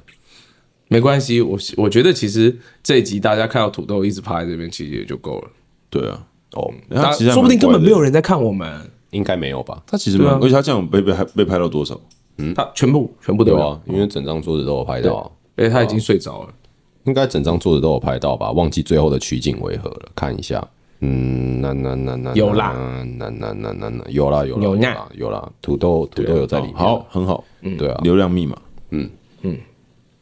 Speaker 4: 没关系，我我觉得其实这一集大家看到土豆一直趴在这边，其实也就够了。
Speaker 3: 对啊，
Speaker 2: 哦，
Speaker 3: 然后
Speaker 4: 大
Speaker 3: 其实
Speaker 4: 说不定根本没有
Speaker 3: 人，
Speaker 4: 人在看我们，
Speaker 2: 应该没有吧？
Speaker 3: 他其实蛮，
Speaker 4: 对啊
Speaker 3: 而且他这样被被被拍到多少？
Speaker 2: 嗯
Speaker 4: 他全部全部都
Speaker 2: 对
Speaker 4: 有，
Speaker 2: 啊，因为整张桌子都有拍到啊、
Speaker 4: 而且他已经睡着了。
Speaker 2: 应该整张桌子都有拍到吧？忘记最后的取景为何了，看一下。嗯，那那那那
Speaker 4: 有啦，
Speaker 2: 那那那那那有啦有啦
Speaker 4: 有啦啊哦
Speaker 2: 啦有啦，土豆土豆有在里面，
Speaker 3: 好，，很好，
Speaker 2: 对啊
Speaker 4: 嗯
Speaker 3: 流量密码。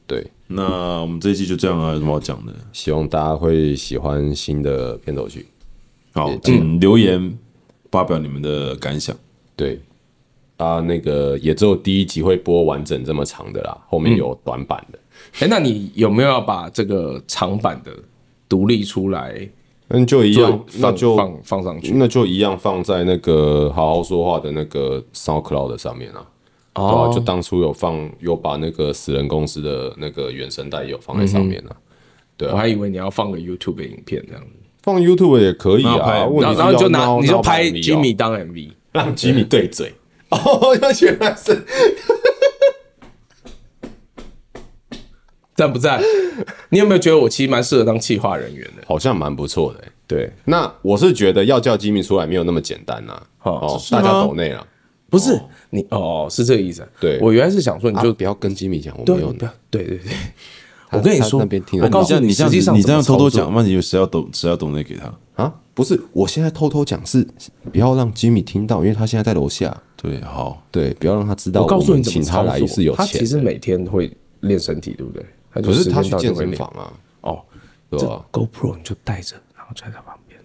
Speaker 2: 对，
Speaker 3: 那我们这一期就这样啊，有什么好讲的？
Speaker 2: 希望大家会喜欢新的片头曲。
Speaker 3: 好，
Speaker 4: 嗯
Speaker 3: 请留言发表你们的感想。
Speaker 2: 对，啊，那个也只有第一集会播完整这么长的啦，
Speaker 4: 嗯
Speaker 2: 后面有短版的。
Speaker 4: 哎、那你有没有要把这个长版的独立出来，
Speaker 2: 嗯，就一样
Speaker 4: 做，
Speaker 2: 那
Speaker 4: 放
Speaker 2: 就
Speaker 4: 放放上去？
Speaker 2: 那就一样放在那个好好说话的那个 SoundCloud 上面啊。对啊，就当初有放，有把那个死人公司的那个原声带也有放在上面啊。对啊
Speaker 4: 我还以为你要放个 YouTube 的影片这样子，
Speaker 2: 放 YouTube 也可以
Speaker 4: 然后拍
Speaker 2: 啊。问
Speaker 4: 然
Speaker 2: 题
Speaker 4: 后然
Speaker 2: 是
Speaker 4: 后就
Speaker 2: 要
Speaker 4: 拿
Speaker 2: 闹
Speaker 4: 你就
Speaker 2: 闹
Speaker 4: 拍
Speaker 2: 版
Speaker 4: Jimmy 当 MV，
Speaker 2: 让吉米对嘴。 <laughs> 哦，原来是
Speaker 4: 赞不赞？ <laughs> 你有没有觉得我其实蛮适合当企划人员的？
Speaker 2: 好像蛮不错的欸。
Speaker 4: 对，
Speaker 2: 那我是觉得要叫吉米出来没有那么简单呐。
Speaker 4: 哦
Speaker 2: 哦，大家抖内了，
Speaker 4: 不是、你哦，是这个意思、啊。
Speaker 2: 对
Speaker 4: 我原来是想说你
Speaker 2: 就
Speaker 4: 就
Speaker 2: 不要跟吉米讲，我
Speaker 4: 对
Speaker 2: 没有
Speaker 4: 不
Speaker 2: 拿
Speaker 4: 要。对对对，我跟你
Speaker 2: 他
Speaker 4: 说，
Speaker 2: 那边听得
Speaker 4: 我告
Speaker 3: 这
Speaker 4: 诉
Speaker 3: 样你这
Speaker 4: 哦
Speaker 3: 样
Speaker 4: 实际上
Speaker 3: 你这样
Speaker 4: 怎
Speaker 3: 偷
Speaker 4: 么
Speaker 3: 偷
Speaker 4: 操作
Speaker 3: 讲，那你有谁要懂谁要懂得给他？
Speaker 2: 啊，不是，我现在偷偷讲是不要让吉米听到，因为他现在在楼下。
Speaker 3: 对，好，
Speaker 2: 对，不要让他知道。
Speaker 4: 我告诉你怎么
Speaker 2: 请他
Speaker 4: 操
Speaker 2: 来
Speaker 4: 作。
Speaker 2: 是有
Speaker 4: 他
Speaker 2: 钱
Speaker 4: 其
Speaker 2: 的，
Speaker 4: 实每天会练身体，对不对？他就
Speaker 2: 可是
Speaker 4: 时
Speaker 2: 他
Speaker 4: 间
Speaker 2: 去
Speaker 4: 到就
Speaker 2: 健
Speaker 4: 会
Speaker 2: 身
Speaker 4: 练
Speaker 2: 房啊，
Speaker 4: 哦。
Speaker 2: 对啊
Speaker 4: 这
Speaker 2: 吧？
Speaker 4: GoPro 你就带着，然后就在他旁边。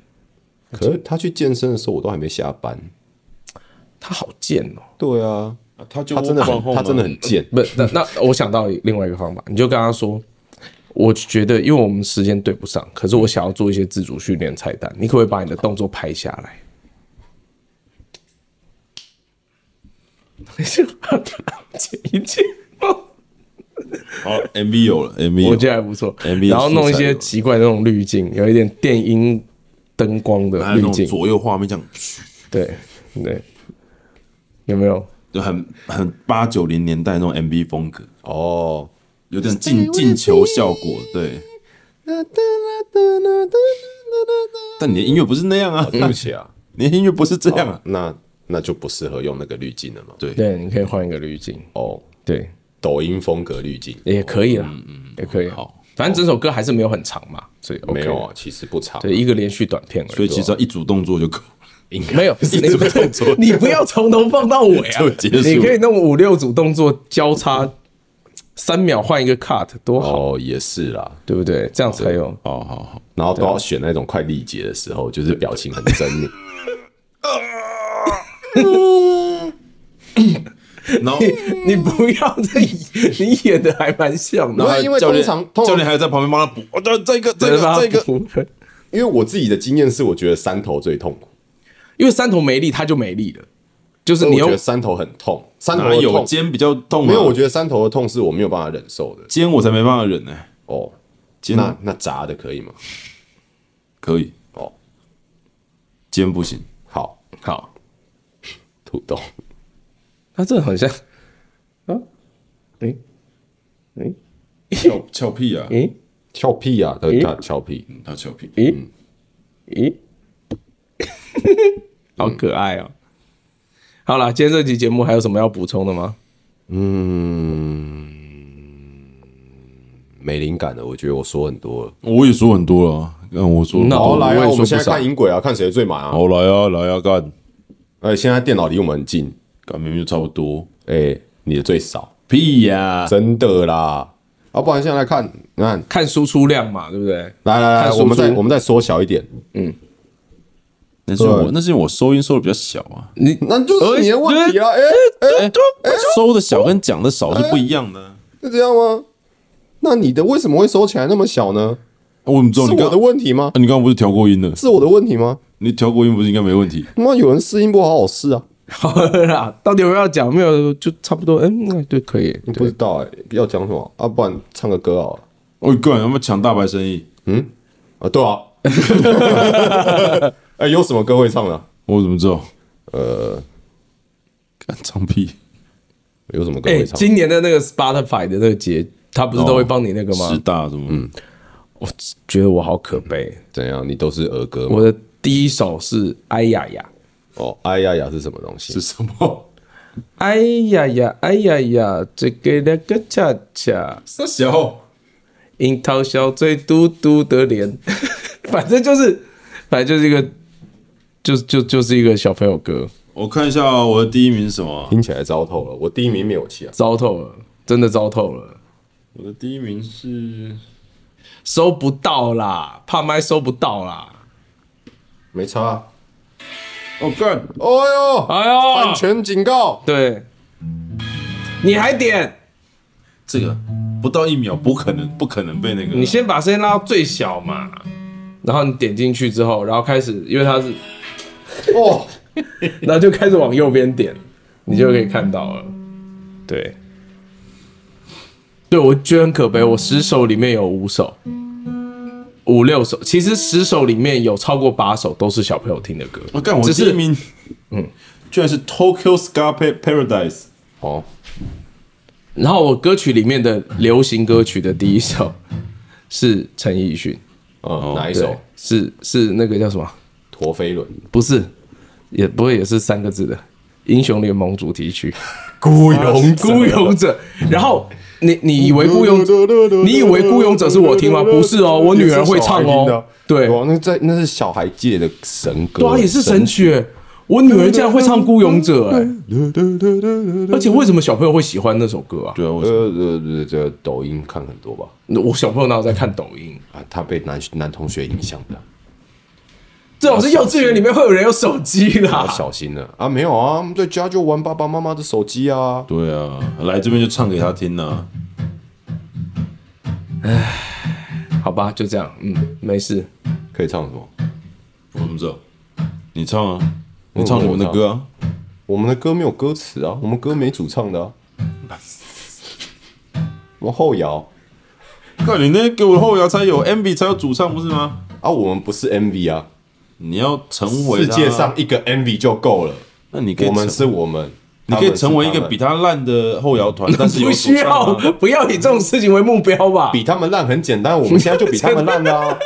Speaker 2: 可是他去健身的时候，我都还没下班。
Speaker 4: 他好贱
Speaker 2: <laughs>
Speaker 4: 哦！
Speaker 2: 对啊，
Speaker 3: 他就
Speaker 2: 他真的很，他真的很 <laughs> 贱。
Speaker 4: 不，那那我想到另外一个方法，你就跟他说，我觉得因为我们时间对不上，可是我想要做一些自主训练菜单，你可不可以把你的动作拍下
Speaker 2: <laughs>
Speaker 4: 来？就把它剪一剪。
Speaker 3: 好 MV 有了 MV，有
Speaker 4: 我觉得还不错。
Speaker 3: MV
Speaker 4: 然后弄一
Speaker 3: 素材
Speaker 4: 些
Speaker 3: 有
Speaker 4: 奇怪的那种滤镜，有一点电音灯光的
Speaker 3: 还有
Speaker 4: 滤
Speaker 3: 那种
Speaker 4: 镜，
Speaker 3: 左右画面这样，嘘
Speaker 4: 对对，有没有？
Speaker 3: 就很很八九零年代那种 MV 风格，
Speaker 2: 哦，
Speaker 3: 有点进进球效果，对。但你的音乐不是那样啊，
Speaker 4: 嗯
Speaker 2: 对不起啊，
Speaker 3: 你的音乐不是这样
Speaker 4: 哦
Speaker 3: 啊，
Speaker 2: 那那就不适合用那个滤镜了嘛。
Speaker 3: 对
Speaker 4: 对，你可以换一个滤镜，
Speaker 2: 哦，
Speaker 4: 对，
Speaker 2: 抖音风格滤镜
Speaker 4: 也可以啦，嗯也可以。
Speaker 3: 好，
Speaker 4: 反正整首歌还是没有很长嘛，所以 OK
Speaker 2: 没有啊，，其实不长。
Speaker 4: 对，一个连续短片而已，
Speaker 3: 所以其实要一组动作就够。
Speaker 2: 应该
Speaker 4: 没有，
Speaker 2: 是这个动作。
Speaker 4: 你不要从头放到尾
Speaker 3: <laughs>
Speaker 4: 啊
Speaker 3: 就结！束
Speaker 4: 你可以弄五六组动作交叉，三秒换一个 cut，多好，
Speaker 2: 哦，也是啦，
Speaker 4: 对不对？这样才有。
Speaker 3: 好好好，
Speaker 2: 然后都要选那种快力竭的时候，就是表情很狰狞。
Speaker 3: 然
Speaker 4: <laughs>
Speaker 3: 后
Speaker 4: 你不要 <laughs> 再演，你演的还蛮像
Speaker 2: 然
Speaker 4: 的
Speaker 2: 后。
Speaker 3: 还有
Speaker 2: 因为
Speaker 3: 呃教练
Speaker 2: 通常通常
Speaker 3: 教练还在旁边帮他补，哦，再再一个再一
Speaker 4: 对吧
Speaker 3: 个再一个，
Speaker 2: 因为我自己的经验是，我觉得三头最痛苦，
Speaker 4: 因为三头没力，他就没力了。就是
Speaker 2: 所以
Speaker 4: 你
Speaker 2: 我
Speaker 4: 又
Speaker 2: 觉得三头很痛，三头
Speaker 3: 哪
Speaker 2: 的
Speaker 3: 有
Speaker 2: 痛
Speaker 3: 肩比较痛啊？
Speaker 2: 没有，我觉
Speaker 3: 得
Speaker 2: 得三头的痛是我没有办法忍受的。
Speaker 3: 肩我才没办法忍呢。
Speaker 2: 哦，
Speaker 3: 肩
Speaker 2: 那那砸的可以吗？
Speaker 3: 可以，
Speaker 2: 哦，
Speaker 3: 肩不行。
Speaker 2: 好，
Speaker 4: 好，
Speaker 2: 土豆，
Speaker 4: 他真的很像啊，诶诶
Speaker 3: 翘翘屁啊，
Speaker 4: 诶
Speaker 2: 翘屁啊，他他翘屁，
Speaker 3: 他翘屁。
Speaker 4: 诶诶， <laughs> 好可爱哦。好了，今天这期节目还有什么要补充的吗？
Speaker 2: 没灵感了，我觉得我说很多了。
Speaker 3: 我也说很多了，那我说
Speaker 4: 那
Speaker 2: 好，
Speaker 4: 我
Speaker 2: 来
Speaker 4: 也
Speaker 2: 啊，
Speaker 4: 说
Speaker 2: 我们
Speaker 4: 不
Speaker 2: 现在
Speaker 4: 少
Speaker 2: 看音轨啊，看谁最满啊。
Speaker 3: 好来啊来啊干
Speaker 2: 哎，现在电脑离我们很近，
Speaker 3: 干，明明就差不多。
Speaker 2: 哎，你的最少，
Speaker 3: 屁呀！
Speaker 2: 真的啦。啊，不然现在来看，你看，
Speaker 4: 看输出量嘛，对不对？
Speaker 2: 来来来，
Speaker 4: 看输
Speaker 2: 我们
Speaker 4: 出
Speaker 2: 再我们再缩小一点，
Speaker 3: 那是因为我
Speaker 2: 对
Speaker 3: 那是因为我收音收的比较小啊，
Speaker 4: 你
Speaker 2: 那就是你的问题啊。哎哎，
Speaker 3: 收的小跟讲的少是不一样的啊。
Speaker 2: 是这样吗？那你的为什么会收起来那么小呢？
Speaker 3: 哦我怎么知道
Speaker 2: 是
Speaker 3: 你刚
Speaker 2: 我的问题吗
Speaker 3: 啊？你刚刚不是调过音的？
Speaker 2: 是我的问题吗？
Speaker 3: 你调过音不是应该没问题？
Speaker 2: 他妈有人试音不好好试啊？
Speaker 4: 好了啦，到底有没有要讲？没有就差不多。嗯，那对，可以。
Speaker 2: 不
Speaker 4: 对
Speaker 2: 知，道哎、要讲什么啊？不然唱个歌好了。
Speaker 3: 哦我干，他妈抢大白生意，
Speaker 2: 啊，
Speaker 4: <laughs>
Speaker 2: 对啊。哎、有什么歌会唱的？
Speaker 3: 我怎么知道？呃，干唱屁，
Speaker 2: 有什么歌
Speaker 4: 哎、
Speaker 2: 会唱？
Speaker 4: 今年的那个 Spotify 的那个节，他不是都会帮你那个吗？
Speaker 3: 十大什么？嗯，
Speaker 4: 我觉得我好可悲。
Speaker 2: 怎样？你都是儿歌吗？
Speaker 4: 我的第一首是《哎呀呀
Speaker 2: 哦，哎呀呀是什么东
Speaker 3: 是
Speaker 2: 西？
Speaker 3: 什么？》，
Speaker 4: 哎呀呀，哎呀呀，这个那个恰恰，
Speaker 3: 三小
Speaker 4: 樱桃小嘴嘟嘟的脸， <laughs> 反正就是，反正就是一个，就就就是一个小朋友歌，
Speaker 3: 我看一下啊我的第一名是什么啊？
Speaker 2: 听起来糟透了。我第一名没有气啊。
Speaker 4: 糟透了，真的糟透了，
Speaker 3: 我的第一名是
Speaker 4: 收不到啦，怕麦收不到啦，
Speaker 2: 没差、啊。
Speaker 3: 哦干，
Speaker 2: 哎呦，
Speaker 4: 哎呦，
Speaker 2: 版权警告！
Speaker 4: 对，你还点，
Speaker 3: 这个不到一秒不可能不可能被那个
Speaker 4: 你先把声音拉到最小嘛，然后你点进去之后，然后开始，因为它是。
Speaker 2: 哦，
Speaker 4: 然后就开始往右边点，你就可以看到了。对，对我觉得很可悲，我十首里面有五首五六首，其实十首里面有超过八首都是小朋友听的歌。
Speaker 3: 我干，我
Speaker 4: 只
Speaker 3: 第一
Speaker 4: 是
Speaker 3: 名，嗯，居然是 Tokyo Ska Pa- Paradise。
Speaker 4: 哦。然后我歌曲里面的流行歌曲的第
Speaker 3: <laughs>
Speaker 4: 一首是陈奕迅，
Speaker 2: 嗯，哪一
Speaker 4: 哦对
Speaker 2: 首？，
Speaker 4: 是是那个叫什么？
Speaker 2: 陀飞轮。
Speaker 4: 不是，也不会也是三个字的《英雄联盟》主题曲《
Speaker 2: 孤啊
Speaker 4: 孤勇者》。然后你你以为孤勇，你以为孤勇者是我听吗？不是哦，我女儿会唱哦。对，
Speaker 2: 哇，那在那是小孩界的神歌，
Speaker 4: 对啊，也是神曲耶。我女儿竟然会唱《孤勇者》哎，而且为什么小朋友会喜欢那首歌啊？
Speaker 3: 对啊，
Speaker 2: 呃。
Speaker 3: 我
Speaker 2: 呃呃，这抖音看很多吧？
Speaker 4: 我小朋友哪有在看抖音？
Speaker 2: 啊，他被男男同学影响的，
Speaker 4: 这种是幼稚园里面会有人有手机
Speaker 2: 要
Speaker 4: 啦。
Speaker 2: 小心了啊！没有啊，我们在家就玩爸爸妈妈的手机啊。
Speaker 3: 对啊，来这边就唱给他听啊呐。
Speaker 4: 好吧，就这样，嗯，没事。
Speaker 2: 可以唱什么？
Speaker 3: 我怎么知道？你唱啊，你唱我们的歌啊。
Speaker 2: 我们的歌没有歌词啊，我们歌没主唱的啊。我们后摇
Speaker 3: 靠，你那给我后摇才有 MV 才有主唱不是吗？
Speaker 2: 啊，我们不是 MV 啊，
Speaker 3: 你要成为
Speaker 2: 世
Speaker 3: 他
Speaker 2: 界上，一个 MV 就够了。
Speaker 3: 那你可以
Speaker 2: 我们
Speaker 3: 成
Speaker 2: 是我们，
Speaker 3: 你可以成为一
Speaker 2: 他
Speaker 3: 个
Speaker 2: 们是他们
Speaker 3: 比他烂的后摇团，但是有
Speaker 4: 不
Speaker 3: 主
Speaker 4: 需
Speaker 3: 唱
Speaker 4: 要
Speaker 3: 啊。，
Speaker 4: 不要以这种事情为目标吧。
Speaker 2: 比他们烂很简单，我们现在就比他们烂啦、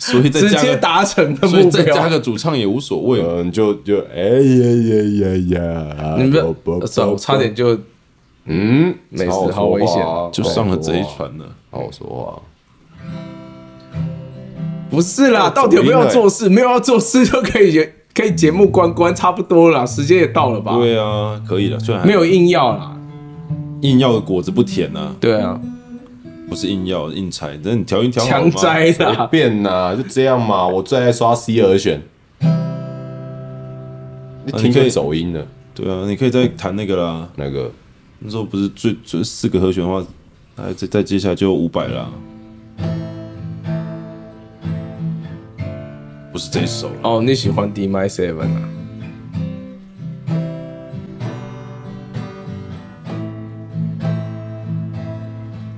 Speaker 3: 所以再
Speaker 4: 直
Speaker 3: 加
Speaker 4: 接
Speaker 3: 个，
Speaker 4: 达成的
Speaker 3: 所以
Speaker 4: 目
Speaker 3: 再加
Speaker 4: 标。
Speaker 3: 个主唱也无所谓啊嘛。
Speaker 2: 嗯，就就哎呀呀呀呀！
Speaker 4: 你们
Speaker 2: 不
Speaker 4: 不算了，我差点就
Speaker 2: 嗯，
Speaker 4: 没事
Speaker 2: 好好说
Speaker 4: 好危险
Speaker 2: 话啊
Speaker 3: 就上了贼。船了。
Speaker 2: 好好说话啊，
Speaker 4: 不是啦。
Speaker 2: 走
Speaker 4: 到底有没有
Speaker 2: 音
Speaker 4: 要
Speaker 2: 了
Speaker 4: 做事？没有要做事就可以 <laughs> 可以节目关关，差不多了，时间也到了吧？
Speaker 3: 对啊，可以
Speaker 4: 嗯
Speaker 3: 了，虽然还
Speaker 4: 没有硬要啦。
Speaker 3: 硬要的果子不甜啊，
Speaker 4: 对啊，
Speaker 3: 不是硬要硬拆，但你调音调好了
Speaker 4: 强
Speaker 3: 吗
Speaker 4: 摘
Speaker 2: 随
Speaker 4: 啦。
Speaker 2: 便啦，就这样嘛。我最爱刷 C 二选，你听
Speaker 3: 你可
Speaker 2: 就
Speaker 3: 以
Speaker 2: 走音了。
Speaker 3: 对啊，你可以再弹那个啦。
Speaker 2: 那个
Speaker 3: 那时候不是最最四个和弦的话，哎，再再接下来就五百啦。不是这一首了，
Speaker 4: 哦，你喜欢 D My Seven 啊？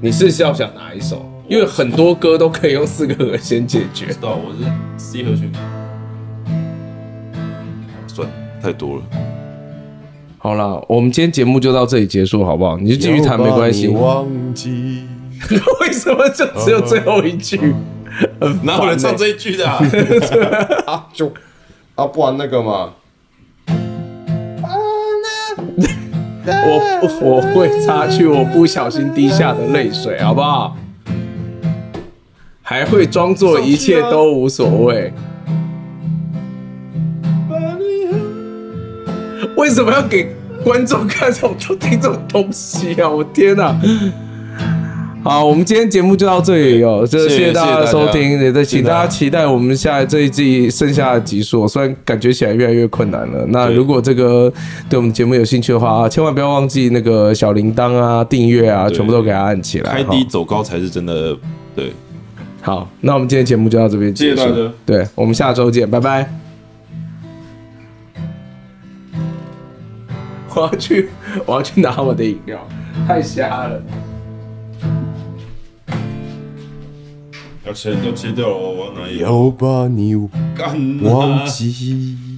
Speaker 4: 你是要想哪一首？因为很多歌都可以用四个和弦解决。
Speaker 3: 知道我是 C 和弦。算了太多了，
Speaker 4: 好啦，我们今天节目就到这里结束，好不好？你就继续弹没关系
Speaker 2: 要把。你忘记，
Speaker 4: <laughs> 为什么就只有最后一句？欸
Speaker 3: 哪有人唱这一句的、啊？
Speaker 2: 啊就啊，不然那个嘛，
Speaker 4: 我我会擦去我不小心滴下的泪水，好不好？还会装作一切都无所谓。为什么要给观众看这种听这种东西啊？我天哪、好，我们今天节目就到这里哦，这
Speaker 3: 谢谢
Speaker 4: 谢大家的收听，也在请
Speaker 3: 谢谢
Speaker 4: 大
Speaker 3: 大
Speaker 4: 家
Speaker 3: 家
Speaker 4: 期待我们下这一季剩下的集数哦，虽然感觉起来越来越困难了。那如果这个对我们节目有兴趣的话，千万不要忘记那个小铃铛啊、订阅啊，全部都给它按起来。
Speaker 3: 开
Speaker 4: 哈
Speaker 3: 低走高才是真的，对。
Speaker 4: 好，那我们今天节目就到这边结束。
Speaker 3: 谢谢大家
Speaker 4: 对，我们下周见，拜拜。 <laughs> 我要去，我要去拿我的饮料，太瞎了。
Speaker 3: 要切要切掉了，我要拿一
Speaker 2: 要把你
Speaker 3: 干
Speaker 2: <laughs> 忘记。